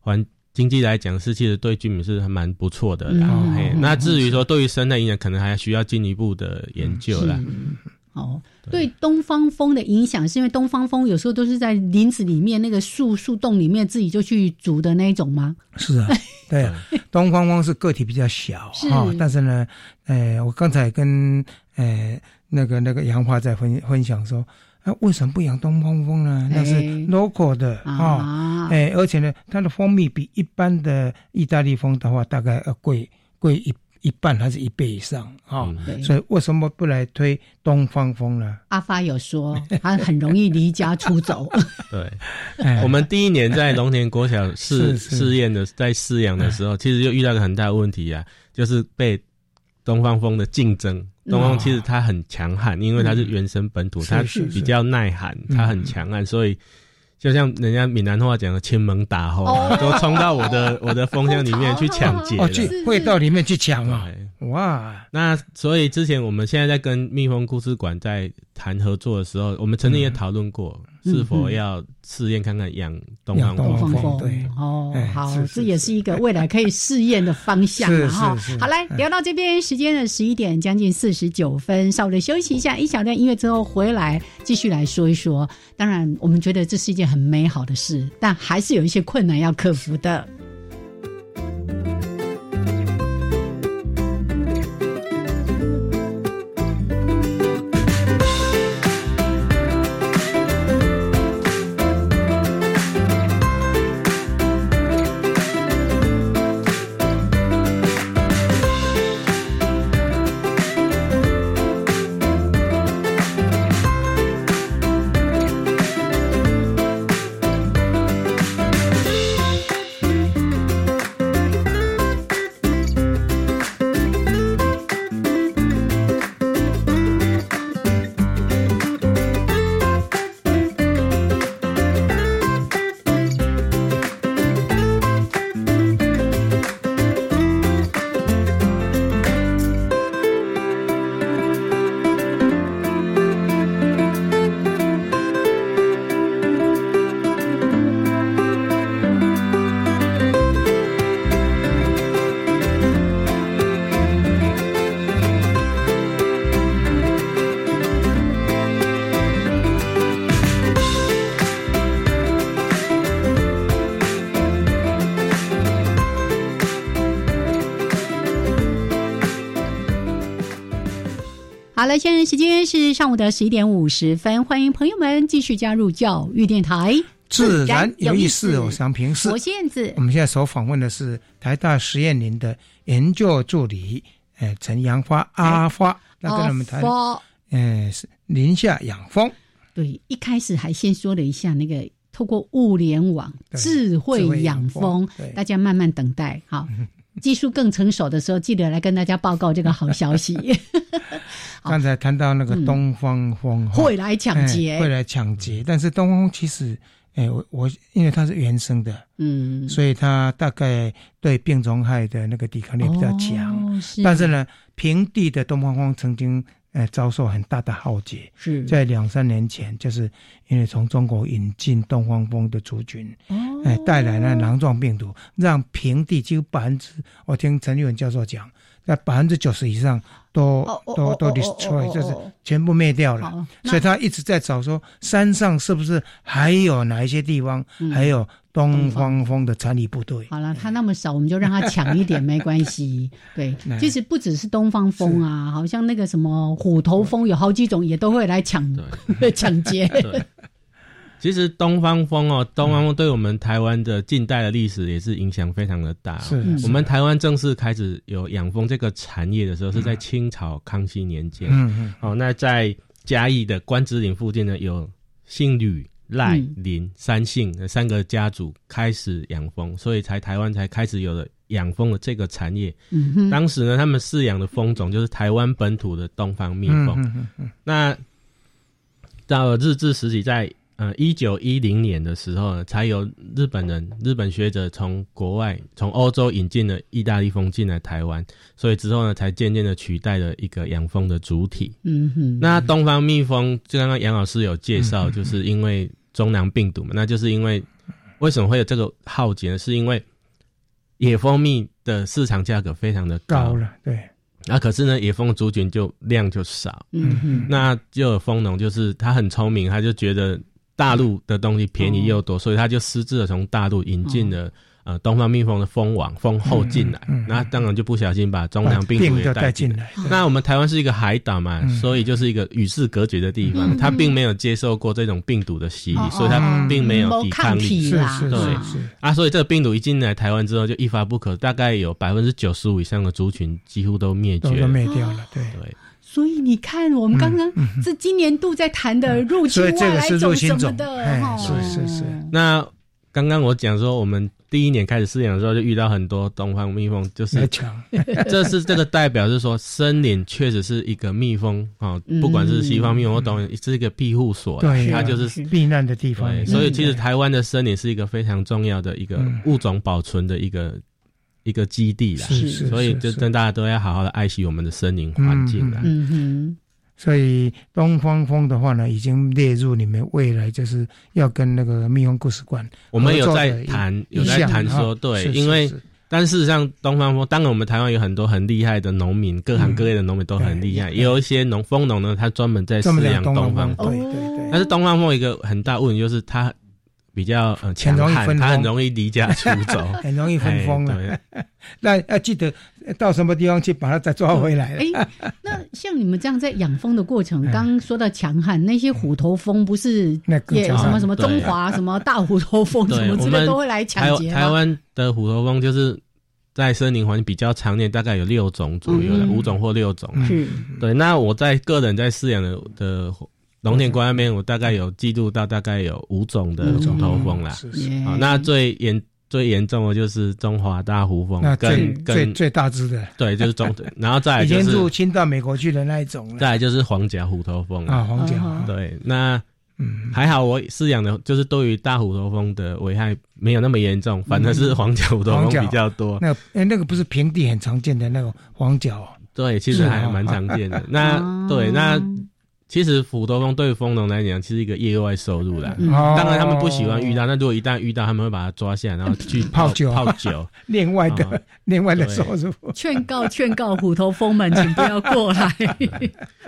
Speaker 4: 环经济来讲，是其实对居民是还蛮不错的啦。
Speaker 2: 嗯
Speaker 4: 嘿
Speaker 2: 嗯
Speaker 4: 那至于说对于生态影响，可能还需要进一步的研究啦。
Speaker 2: 哦，对东方风的影响，是因为东方风有时候都是在林子里面那个树树洞里面自己就去煮的那一种吗？
Speaker 3: 是啊， 对啊，
Speaker 4: 嗯
Speaker 3: 东方风是个体比较小
Speaker 2: 是
Speaker 3: 哈、但是呢，呃，我刚才跟呃那个那个杨华在分分享说，啊，为什么不养东方风呢？那是
Speaker 2: 哎
Speaker 3: local 的哈
Speaker 2: 啊，
Speaker 3: 哎、而且呢，它的蜂蜜比一般的意大利蜂的话，大概要呃贵贵一一半还是一倍以上哈、
Speaker 4: 嗯
Speaker 2: 对
Speaker 3: 所以为什么不来推东方风呢？
Speaker 2: 阿发有说，他很容易离家出走。
Speaker 4: 对
Speaker 3: 哎，
Speaker 4: 我们第一年在龙田国小试
Speaker 3: 是是
Speaker 4: 试验的，在试养的时候，其实就遇到一个很大的问题啊，就是被东方风的竞争。东方其实它很强悍，因为它是原生本土，
Speaker 3: 嗯
Speaker 4: 它
Speaker 3: 是嗯是是
Speaker 4: 比较耐寒，它很强悍，所以就像人家闽南话讲的“亲门打吼”，啊都冲到我的 我的蜂箱里面去抢劫
Speaker 3: 哦，
Speaker 4: 了。
Speaker 3: 去会到里面去抢啊，哇，
Speaker 4: 那所以之前我们现在在跟蜜蜂故事馆在谈合作的时候，我们曾经也讨论过
Speaker 2: 嗯
Speaker 4: 是否要试验看看养东方
Speaker 3: 养
Speaker 4: 蜂
Speaker 3: 东方蜂
Speaker 2: 对哦
Speaker 3: 哎，
Speaker 2: 好
Speaker 3: 是，
Speaker 2: 这也是一个未来可以试验的方向了
Speaker 3: 是是
Speaker 2: 哈
Speaker 3: 是。哎
Speaker 2: 好嘞，聊到这边，时间呢十一点将近四十九分，稍微休息一下，一小段音乐之后回来继续来说一说。当然，我们觉得这是一件很美好的事，但还是有一些困难要克服的。
Speaker 14: Thank
Speaker 2: 好了，现在时间是上午的十一点五十分，欢迎朋友们继续加入教育电台，
Speaker 3: 自然有意思。我想平视
Speaker 2: 我现子
Speaker 3: 我，们现在所访问的是台大实验林的研究助理，呃，陈杨花阿花，那跟我们谈，
Speaker 2: 哦
Speaker 3: 呃，是林下养蜂，
Speaker 2: 对，一开始还先说了一下那个透过物联网
Speaker 3: 对
Speaker 2: 智
Speaker 3: 智
Speaker 2: 慧
Speaker 3: 慧
Speaker 2: 养
Speaker 3: 养
Speaker 2: 蜂
Speaker 3: 蜂对，
Speaker 2: 大家慢慢等待。 好，技术更成熟的时候，记得来跟大家报告这个好 消息，
Speaker 3: 刚才谈到那个
Speaker 2: 嗯
Speaker 3: 东方蜂哈
Speaker 2: 会来抢
Speaker 3: 哎
Speaker 2: 劫
Speaker 3: 会。来抢劫。但是东风其实，哎，我我因为它是原生的，
Speaker 2: 嗯，
Speaker 3: 所以它大概对病虫害的那个抵抗力比较强。
Speaker 2: 哦是
Speaker 3: 但是呢，平地的东方蜂曾经呃遭受很大的浩劫，
Speaker 2: 是
Speaker 3: 在两三年前，就是因为从中国引进东方蜂的族群，
Speaker 2: 哦
Speaker 3: 哎、带来了囊状病毒，让平地几乎百分之，我听陈立文教授讲。在百分之九十以上都、
Speaker 2: 哦哦
Speaker 3: 都
Speaker 2: 哦
Speaker 3: 都
Speaker 2: 哦哦
Speaker 3: destroy，、
Speaker 2: 哦哦
Speaker 3: 就是全部灭掉了。
Speaker 2: 好那
Speaker 3: 所以他一直在找说山上是不是还有哪一些地方、
Speaker 2: 嗯
Speaker 3: 还有东方风的残余部队？
Speaker 2: 好了，他那么少，我们就让他抢一点，没关 系。对，
Speaker 3: 嗯
Speaker 2: 其实不只是东方风啊，好像那个什么虎头蜂，有好几种也都会来抢 抢劫。
Speaker 4: 对，其实东方风哦，东方风对我们台湾的近代的历史也是影响非常的大、哦。
Speaker 3: 是嗯
Speaker 4: 我们台湾正式开始有养蜂这个产业的时候，是在清朝康熙年间。
Speaker 3: 嗯嗯
Speaker 4: 哦，那在嘉义的关子岭附近呢，有姓吕、赖
Speaker 2: 嗯、
Speaker 4: 林三姓呃三个家族开始养蜂，所以才台湾才开始有了养蜂的这个产业。
Speaker 2: 嗯哼，
Speaker 4: 当时呢，他们饲养的蜂种就是台湾本土的东方蜜
Speaker 3: 嗯
Speaker 4: 蜂。
Speaker 3: 嗯嗯
Speaker 4: 那到日治时期在，呃一九一零年的时候呢，才有日本人、日本学者从国外、从欧洲引进了意大利风进来台湾，所以之后呢，才渐渐的取代了一个养蜂的主体。
Speaker 2: 嗯哼，
Speaker 4: 那东方蜜蜂，就刚刚杨老师有介绍，就是因为中囊病毒嘛，那就是因为为什么会有这个浩劫呢？是因为野蜂蜜的市场价格非常的高
Speaker 3: 高，了，对，
Speaker 4: 那、可是呢，野蜂族群就量就少，
Speaker 2: 嗯哼，
Speaker 4: 那就有蜂农，就是他很聪明，他就觉得大陆的东西便宜又多，所以他就私自的从大陆引进了、呃东方蜜蜂的蜂王、蜂后进来，
Speaker 3: 嗯嗯嗯
Speaker 4: 那当然就不小心把中南病毒
Speaker 3: 病
Speaker 4: 也
Speaker 3: 就带
Speaker 4: 带进
Speaker 3: 进
Speaker 4: 来。
Speaker 3: 来，
Speaker 4: 那我们台湾是一个海岛嘛，
Speaker 3: 嗯
Speaker 4: 所以就是一个与世隔绝的地方，
Speaker 2: 嗯
Speaker 4: 它并没有接受过这种病毒的洗礼，
Speaker 2: 哦
Speaker 4: 所以它并没有抵抗
Speaker 2: 没抗
Speaker 4: 力
Speaker 2: 体
Speaker 3: 是
Speaker 2: 啦
Speaker 3: 是
Speaker 4: 对
Speaker 3: 是是，
Speaker 4: 啊。所以这个病毒一进来台湾之后，就一发不可，大概有百分之九十五以上的族群几乎都灭绝
Speaker 3: 都都
Speaker 4: 了。
Speaker 3: 灭掉了，对。
Speaker 4: 对，
Speaker 2: 所以你看，我们刚刚
Speaker 3: 嗯嗯
Speaker 2: 这今年度在谈的入侵
Speaker 3: 所以这
Speaker 2: 外
Speaker 3: 个
Speaker 2: 来
Speaker 3: 是入
Speaker 2: 种
Speaker 3: 侵
Speaker 2: 什么
Speaker 3: 种
Speaker 2: 的
Speaker 3: 哎，
Speaker 2: 哈
Speaker 3: 是是是
Speaker 4: 那刚刚我讲说，我们第一年开始饲养的时候，就遇到很多东方蜜蜂，就
Speaker 3: 来
Speaker 4: 是
Speaker 3: 抢，
Speaker 4: 这是这个代表是说，森林确实是一个蜜蜂啊、哦
Speaker 2: 嗯
Speaker 4: 不管是西方蜜蜂或东方，是一个庇护所啦，
Speaker 3: 对啊，
Speaker 4: 它就是。
Speaker 3: 避难的地方
Speaker 4: 对，，所以其实台湾的森林是一个非常重要的一个
Speaker 3: 啊嗯
Speaker 4: 物种保存的一个、一个基地啦，
Speaker 3: 是是
Speaker 4: 所以就是跟大家都要好好的爱惜我们的森林环境啦。
Speaker 2: 嗯哼，
Speaker 3: 所以呃东方风的话呢，已经列入你们未来就是要跟那个蜜蜂故事馆，
Speaker 4: 我们有在谈，有在谈
Speaker 3: 合作的
Speaker 4: 说，对，
Speaker 3: 一一项啊是是
Speaker 4: 因为
Speaker 3: 是
Speaker 4: 但事实上，东方蜂，当然我们台湾有很多很厉害的农民，各行各业的农民都很厉害，
Speaker 3: 嗯
Speaker 4: 也有一些农蜂农呢，他专门在
Speaker 3: 这么
Speaker 4: 饲
Speaker 3: 两
Speaker 4: 养
Speaker 3: 东
Speaker 4: 东方
Speaker 3: 方风，
Speaker 4: 蜂。
Speaker 3: 对对
Speaker 2: 哦
Speaker 3: 对，
Speaker 4: 但是东方蜂有一个很大问题就是它比较呃强
Speaker 3: 容易
Speaker 4: 悍，
Speaker 3: 分
Speaker 4: 它很
Speaker 3: 蜂
Speaker 4: 容易离家出走。
Speaker 3: 很容易分蜂了。
Speaker 4: 哎
Speaker 3: 那要记得到什么地方去把它再抓回来。
Speaker 2: 哎，那像你们这样在养蜂的过程，
Speaker 3: 嗯
Speaker 2: 刚刚说到强悍，那些虎头蜂不是
Speaker 3: 那更
Speaker 2: 也
Speaker 3: 强悍
Speaker 2: 什么什么
Speaker 4: 对啊
Speaker 2: 中华什么大虎头蜂
Speaker 4: 对
Speaker 2: 什
Speaker 4: 对，
Speaker 2: 么
Speaker 4: 我
Speaker 2: 之类
Speaker 4: 们
Speaker 2: 都会来抢劫
Speaker 4: 台台
Speaker 2: 吗？
Speaker 4: 湾的虎头蜂就是在森林环境比较常见，大概有六种左右了，
Speaker 2: 嗯
Speaker 4: 五种或六种。
Speaker 2: 是
Speaker 4: 对，那我在个人在饲养的的农田观那边，我大概有记录到大概有五种的
Speaker 2: 五种
Speaker 4: 虎头蜂啦。
Speaker 3: 嗯是是，
Speaker 2: 耶
Speaker 4: 好，那最严最严重的就是中华大胡蜂
Speaker 3: 那，最
Speaker 4: 跟
Speaker 3: 最
Speaker 4: 跟
Speaker 3: 最大只的，
Speaker 4: 对，就是中，然后再来
Speaker 3: 已
Speaker 4: 就
Speaker 3: 经入
Speaker 4: 是
Speaker 3: 侵到美国去的那一种了。
Speaker 4: 再来就是黄甲虎头蜂
Speaker 3: 啊，
Speaker 4: 了。
Speaker 3: 黄角
Speaker 2: 嗯，
Speaker 4: 对，那
Speaker 3: 嗯，
Speaker 4: 还好我饲养的，就是对于大虎头蜂的危害没有那么严重，反而是黄甲虎头
Speaker 3: 嗯黄
Speaker 4: 蜂
Speaker 3: 甲
Speaker 4: 比较多。
Speaker 3: 那哎那个不是平地很常见的那种黄角，
Speaker 4: 对，其实
Speaker 3: 是
Speaker 4: 还
Speaker 3: 哦
Speaker 4: 蛮常见的。那对，那其实虎头蜂对蜂农来讲是一个业外收入啦。
Speaker 2: 嗯
Speaker 3: 哦
Speaker 4: 当然，他们不喜欢遇到，那如果一旦遇到，他们会把它抓下来，然后去
Speaker 3: 泡酒
Speaker 4: 泡 酒。
Speaker 3: 另外
Speaker 4: 哦
Speaker 3: 的另外的
Speaker 4: 对
Speaker 3: 收入。
Speaker 2: 劝告劝告虎头蜂 们，请不要过来，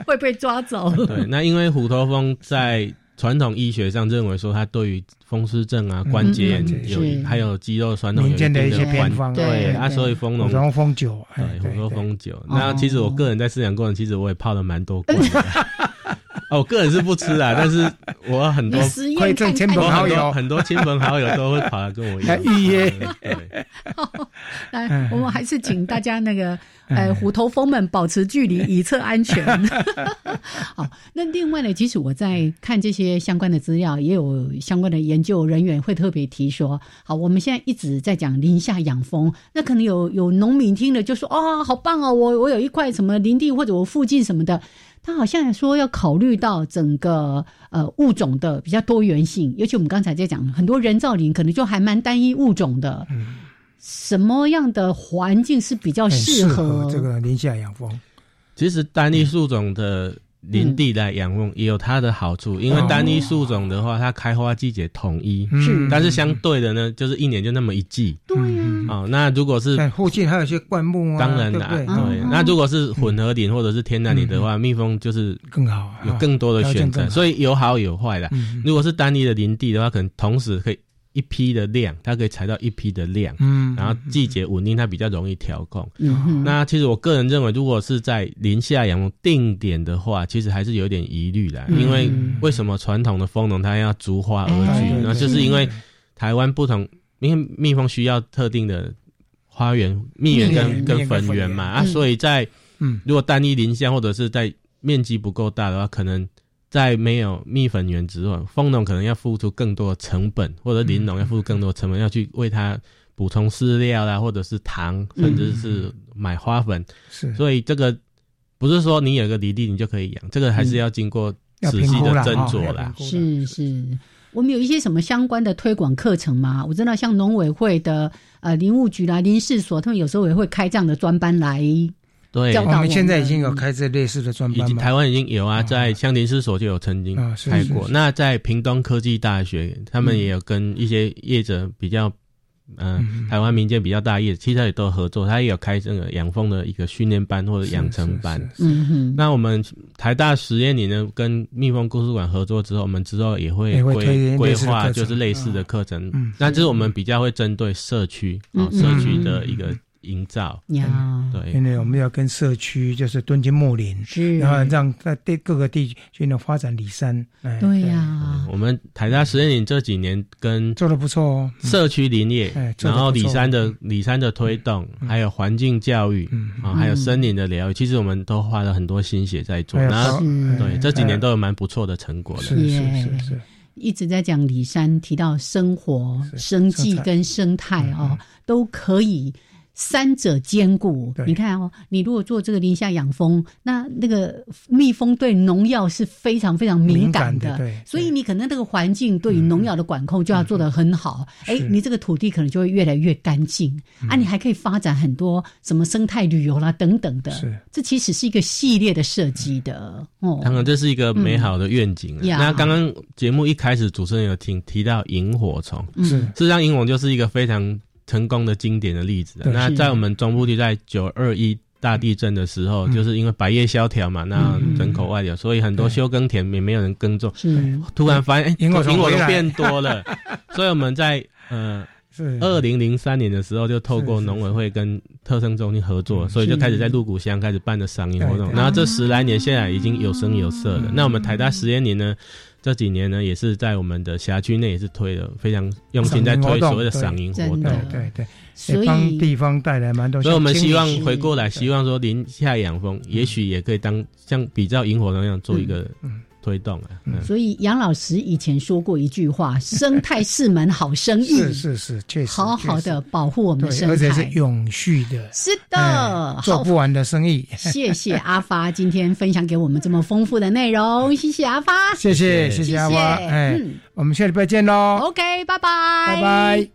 Speaker 2: 会被抓走。
Speaker 4: 对，那因为虎头蜂在传统医学上认为说，它对于风湿症啊、
Speaker 3: 嗯
Speaker 4: 关节炎
Speaker 3: 嗯
Speaker 4: 有
Speaker 3: 是
Speaker 4: 还有肌肉酸痛有
Speaker 3: 民
Speaker 4: 一定
Speaker 3: 间的一些
Speaker 4: 关
Speaker 3: 偏方
Speaker 4: 对
Speaker 3: 对
Speaker 4: 啊，
Speaker 3: 对
Speaker 4: 所以丰隆
Speaker 3: 然后风酒哎
Speaker 4: 对，
Speaker 3: 对
Speaker 4: 火说风酒。
Speaker 3: 对
Speaker 4: 那
Speaker 3: 哦
Speaker 4: 其实我个人在饲养过程，其实我也泡了蛮多罐的。 哦，我个人是不吃啊，但是我很多
Speaker 2: 你实验看看馈赠亲朋
Speaker 4: 我很
Speaker 3: 好友
Speaker 4: 多很多亲朋好友都会跑来跟 我
Speaker 3: 来预约
Speaker 4: 对，
Speaker 2: 来，我们还是请大家那个呃虎头蜂们保持距离，以测安全。好，那另外呢，其实我在看这些相关的资料，也有相关的研究人员会特别提说，好，我们现在一直在讲林下养蜂，那可能有有农民听了就说，哦，好棒哦，我我有一块什么林地或者我附近什么的。他好像也说要考虑到整个呃物种的比较多元性，尤其我们刚才在讲，很多人造林可能就还蛮单一物种的，什么样的环境是比较
Speaker 3: 嗯很
Speaker 2: 哦适
Speaker 3: 适
Speaker 2: 合
Speaker 3: 合这个林下养蜂。
Speaker 4: 其实单一树种的林地来养蜂也有它的好处，因为
Speaker 3: 嗯
Speaker 4: 单一树种的话，它开花季节统一，
Speaker 2: 嗯
Speaker 3: 是
Speaker 4: 但是相对的呢，就是一年就那么一季。
Speaker 2: 啊
Speaker 4: 对呀，哦，那如果是
Speaker 3: 嗯但附近还有一些灌木啊，
Speaker 4: 当然
Speaker 3: 对
Speaker 4: 啦
Speaker 3: 不，对？
Speaker 4: 对，那如果是混合林或者是天然林的话，蜜蜂就是
Speaker 3: 更好嗯
Speaker 4: 有
Speaker 3: 啊
Speaker 4: 更多的选
Speaker 3: 条件更
Speaker 4: 择，
Speaker 3: 好
Speaker 4: 所以有好有坏啦
Speaker 3: 嗯。
Speaker 4: 如果是单一的林地的话，可能同时可以一批的量，它可以采到一批的量，
Speaker 3: 嗯
Speaker 4: 然后季节稳定，它比较容易调控。
Speaker 2: 嗯哼
Speaker 4: 那其实我个人认为，如果是在林下养蜂定点的话，其实还是有点疑虑啦，
Speaker 1: 嗯
Speaker 4: 因为为什么传统的蜂农它要逐花而
Speaker 1: 哎
Speaker 4: 居？
Speaker 1: 对
Speaker 4: 那就是
Speaker 1: 是
Speaker 4: 因为台湾不同，因为蜜蜂需要特定的花园、蜜源
Speaker 1: 蜜
Speaker 4: 跟
Speaker 1: 源
Speaker 4: 跟
Speaker 1: 蜜源跟
Speaker 4: 粉
Speaker 1: 粉
Speaker 4: 源
Speaker 1: 源
Speaker 4: 嘛啊，
Speaker 1: 嗯
Speaker 4: 所以在
Speaker 3: 嗯
Speaker 4: 如果单一林下或者是在面积不够大的话，可能在没有蜜粉源之后，蜂农可能要付出更多的成本，或者林农要付出更多的成本，要去为它补充饲料啦，或者是糖，甚至是买花
Speaker 1: 嗯
Speaker 4: 粉。
Speaker 3: 是
Speaker 4: 所以这个不是说你有一个离地你就可以养，这个还是要经过
Speaker 1: 嗯
Speaker 3: 要
Speaker 4: 仔
Speaker 3: 评
Speaker 4: 细
Speaker 3: 估
Speaker 4: 的
Speaker 3: 啦
Speaker 4: 斟
Speaker 3: 哦
Speaker 4: 酌
Speaker 3: 要
Speaker 4: 啦。
Speaker 2: 是是，我们有一些什么相关的推广课程吗？我知道像农委会的呃林务局啦、林试所，他们有时候也会开这样的专班来。
Speaker 4: 对，
Speaker 2: 教导
Speaker 3: 我们现在已经有开这类似的专
Speaker 4: 已
Speaker 3: 班
Speaker 4: 经
Speaker 3: 嘛
Speaker 4: 台，湾已经有啊，在香林市所就有曾
Speaker 1: 嗯
Speaker 4: 经
Speaker 3: 啊是
Speaker 4: 开
Speaker 3: 是
Speaker 4: 过。
Speaker 3: 是
Speaker 4: 那在屏东科技大学，他们
Speaker 3: 嗯
Speaker 4: 也有跟一些业者比较，呃，
Speaker 3: 嗯
Speaker 4: 台湾民间比较大的业者，其实也都合作，他也有开这个养蜂的一个训练班或者养成班。
Speaker 2: 嗯哼，
Speaker 4: 那我们台大实验里呢，跟蜜蜂故事馆合作之后，我们之后也会
Speaker 3: 也会推
Speaker 4: 规
Speaker 3: 类
Speaker 4: 规
Speaker 3: 似的
Speaker 4: 划，
Speaker 3: 课
Speaker 4: 就是
Speaker 3: 程
Speaker 4: 类似的课程
Speaker 3: 嗯。
Speaker 4: 那这是我们比较会针对社区
Speaker 3: 嗯
Speaker 4: 啊，社区
Speaker 3: 嗯
Speaker 4: 的一个营造。
Speaker 2: 呀，
Speaker 4: 对，
Speaker 3: 因为我们要跟社区就是敦亲睦邻，
Speaker 4: 嗯
Speaker 2: 是
Speaker 3: 然后让在地各个地区呢发展里山，哎，
Speaker 2: 对呀，
Speaker 4: 我们台大实验林这几年跟
Speaker 3: 做的不错哦，
Speaker 4: 嗯社区林业，
Speaker 3: 哎做
Speaker 4: 然
Speaker 3: 得
Speaker 4: 后
Speaker 3: 不
Speaker 4: 里
Speaker 3: 错
Speaker 4: 山的里山的推动，还有环境教育啊，还有森林的疗愈，其实我们都花了很多心血在做。
Speaker 3: 嗯还有
Speaker 4: 然后
Speaker 3: 高是
Speaker 4: 对这几
Speaker 3: 还
Speaker 4: 年
Speaker 3: 有
Speaker 4: 都有蛮不错的成果的。
Speaker 3: 是是是是，
Speaker 2: 一直在讲里山，提到生活、生计
Speaker 4: 生态
Speaker 2: 跟生态哦，都可以三者兼顾。你看哦，你如果做这个林下养蜂，那那个蜜蜂对农药是非常非常敏感
Speaker 3: 敏感的对
Speaker 2: 所以你可能那个环境对于农药的管控就要做得很好。哎、
Speaker 3: 嗯是嗯
Speaker 2: 你这个土地可能就会越来越干净、啊，你还可以发展很多什么生态旅游啦等等的。
Speaker 4: 是，
Speaker 2: 这其实是一个系列的设计的、
Speaker 3: 嗯
Speaker 2: 哦。
Speaker 4: 当然，这是一个美好的愿景啊、
Speaker 2: 嗯呀
Speaker 4: 那刚刚节目一开始，主持人有提提到萤火虫，
Speaker 2: 是
Speaker 4: 事实上萤火虫就是一个非常成功的经典的例子啊、
Speaker 1: 对
Speaker 4: 那
Speaker 1: 是
Speaker 4: 在我们中部地在九二一大地震的时候，
Speaker 1: 嗯
Speaker 4: 就是因为百业萧条嘛，那
Speaker 1: 嗯
Speaker 4: 人口外流，所以很多休耕田也没有人耕种，
Speaker 2: 是
Speaker 4: 突然发现哎，
Speaker 3: 萤火虫
Speaker 4: 萤火
Speaker 3: 回
Speaker 4: 虫
Speaker 3: 来嗯
Speaker 4: 变多 了，所以我们在呃。
Speaker 3: 是
Speaker 4: 二零零三年的时候，就透过
Speaker 3: 是是
Speaker 4: 农委会跟特生中心合
Speaker 3: 嗯
Speaker 4: 作，所以就开始在鹿谷乡开始办的赏萤活动。
Speaker 1: 对对
Speaker 4: 然后这十来年现在已经有声有色
Speaker 3: 嗯
Speaker 4: 了。那我们台大实验林呢，这几年呢也是在我们的辖区内也是推了非常用心在推所谓的赏萤活
Speaker 3: 对
Speaker 4: 动。
Speaker 3: 对对，
Speaker 2: 所
Speaker 3: 也
Speaker 2: 以
Speaker 3: 帮地方带来蛮多
Speaker 4: 所
Speaker 3: 像
Speaker 4: 以，我们
Speaker 3: 清理
Speaker 4: 希望
Speaker 3: 区
Speaker 4: 回过来，希望说林下养蜂，也许也可以当像比较萤火虫那样做一个
Speaker 3: 嗯
Speaker 4: 推动啊。嗯
Speaker 2: 所以杨老师以前说过一句话：“生态是门好生意。”
Speaker 3: 是是是，确实
Speaker 2: 好好
Speaker 3: 确
Speaker 2: 的
Speaker 3: 实
Speaker 2: 保护我们的
Speaker 3: 对，
Speaker 2: 生态。
Speaker 3: 而且是永续的，
Speaker 2: 是的
Speaker 3: 哎做
Speaker 2: 好
Speaker 3: 不完的 生意。
Speaker 2: 谢谢阿发今天分享给我们这么丰富的内容，谢谢阿发，
Speaker 3: 谢谢谢谢阿花，哎
Speaker 2: 嗯，
Speaker 3: 我们下礼拜见喽，
Speaker 2: ，OK，拜拜，
Speaker 3: 拜拜。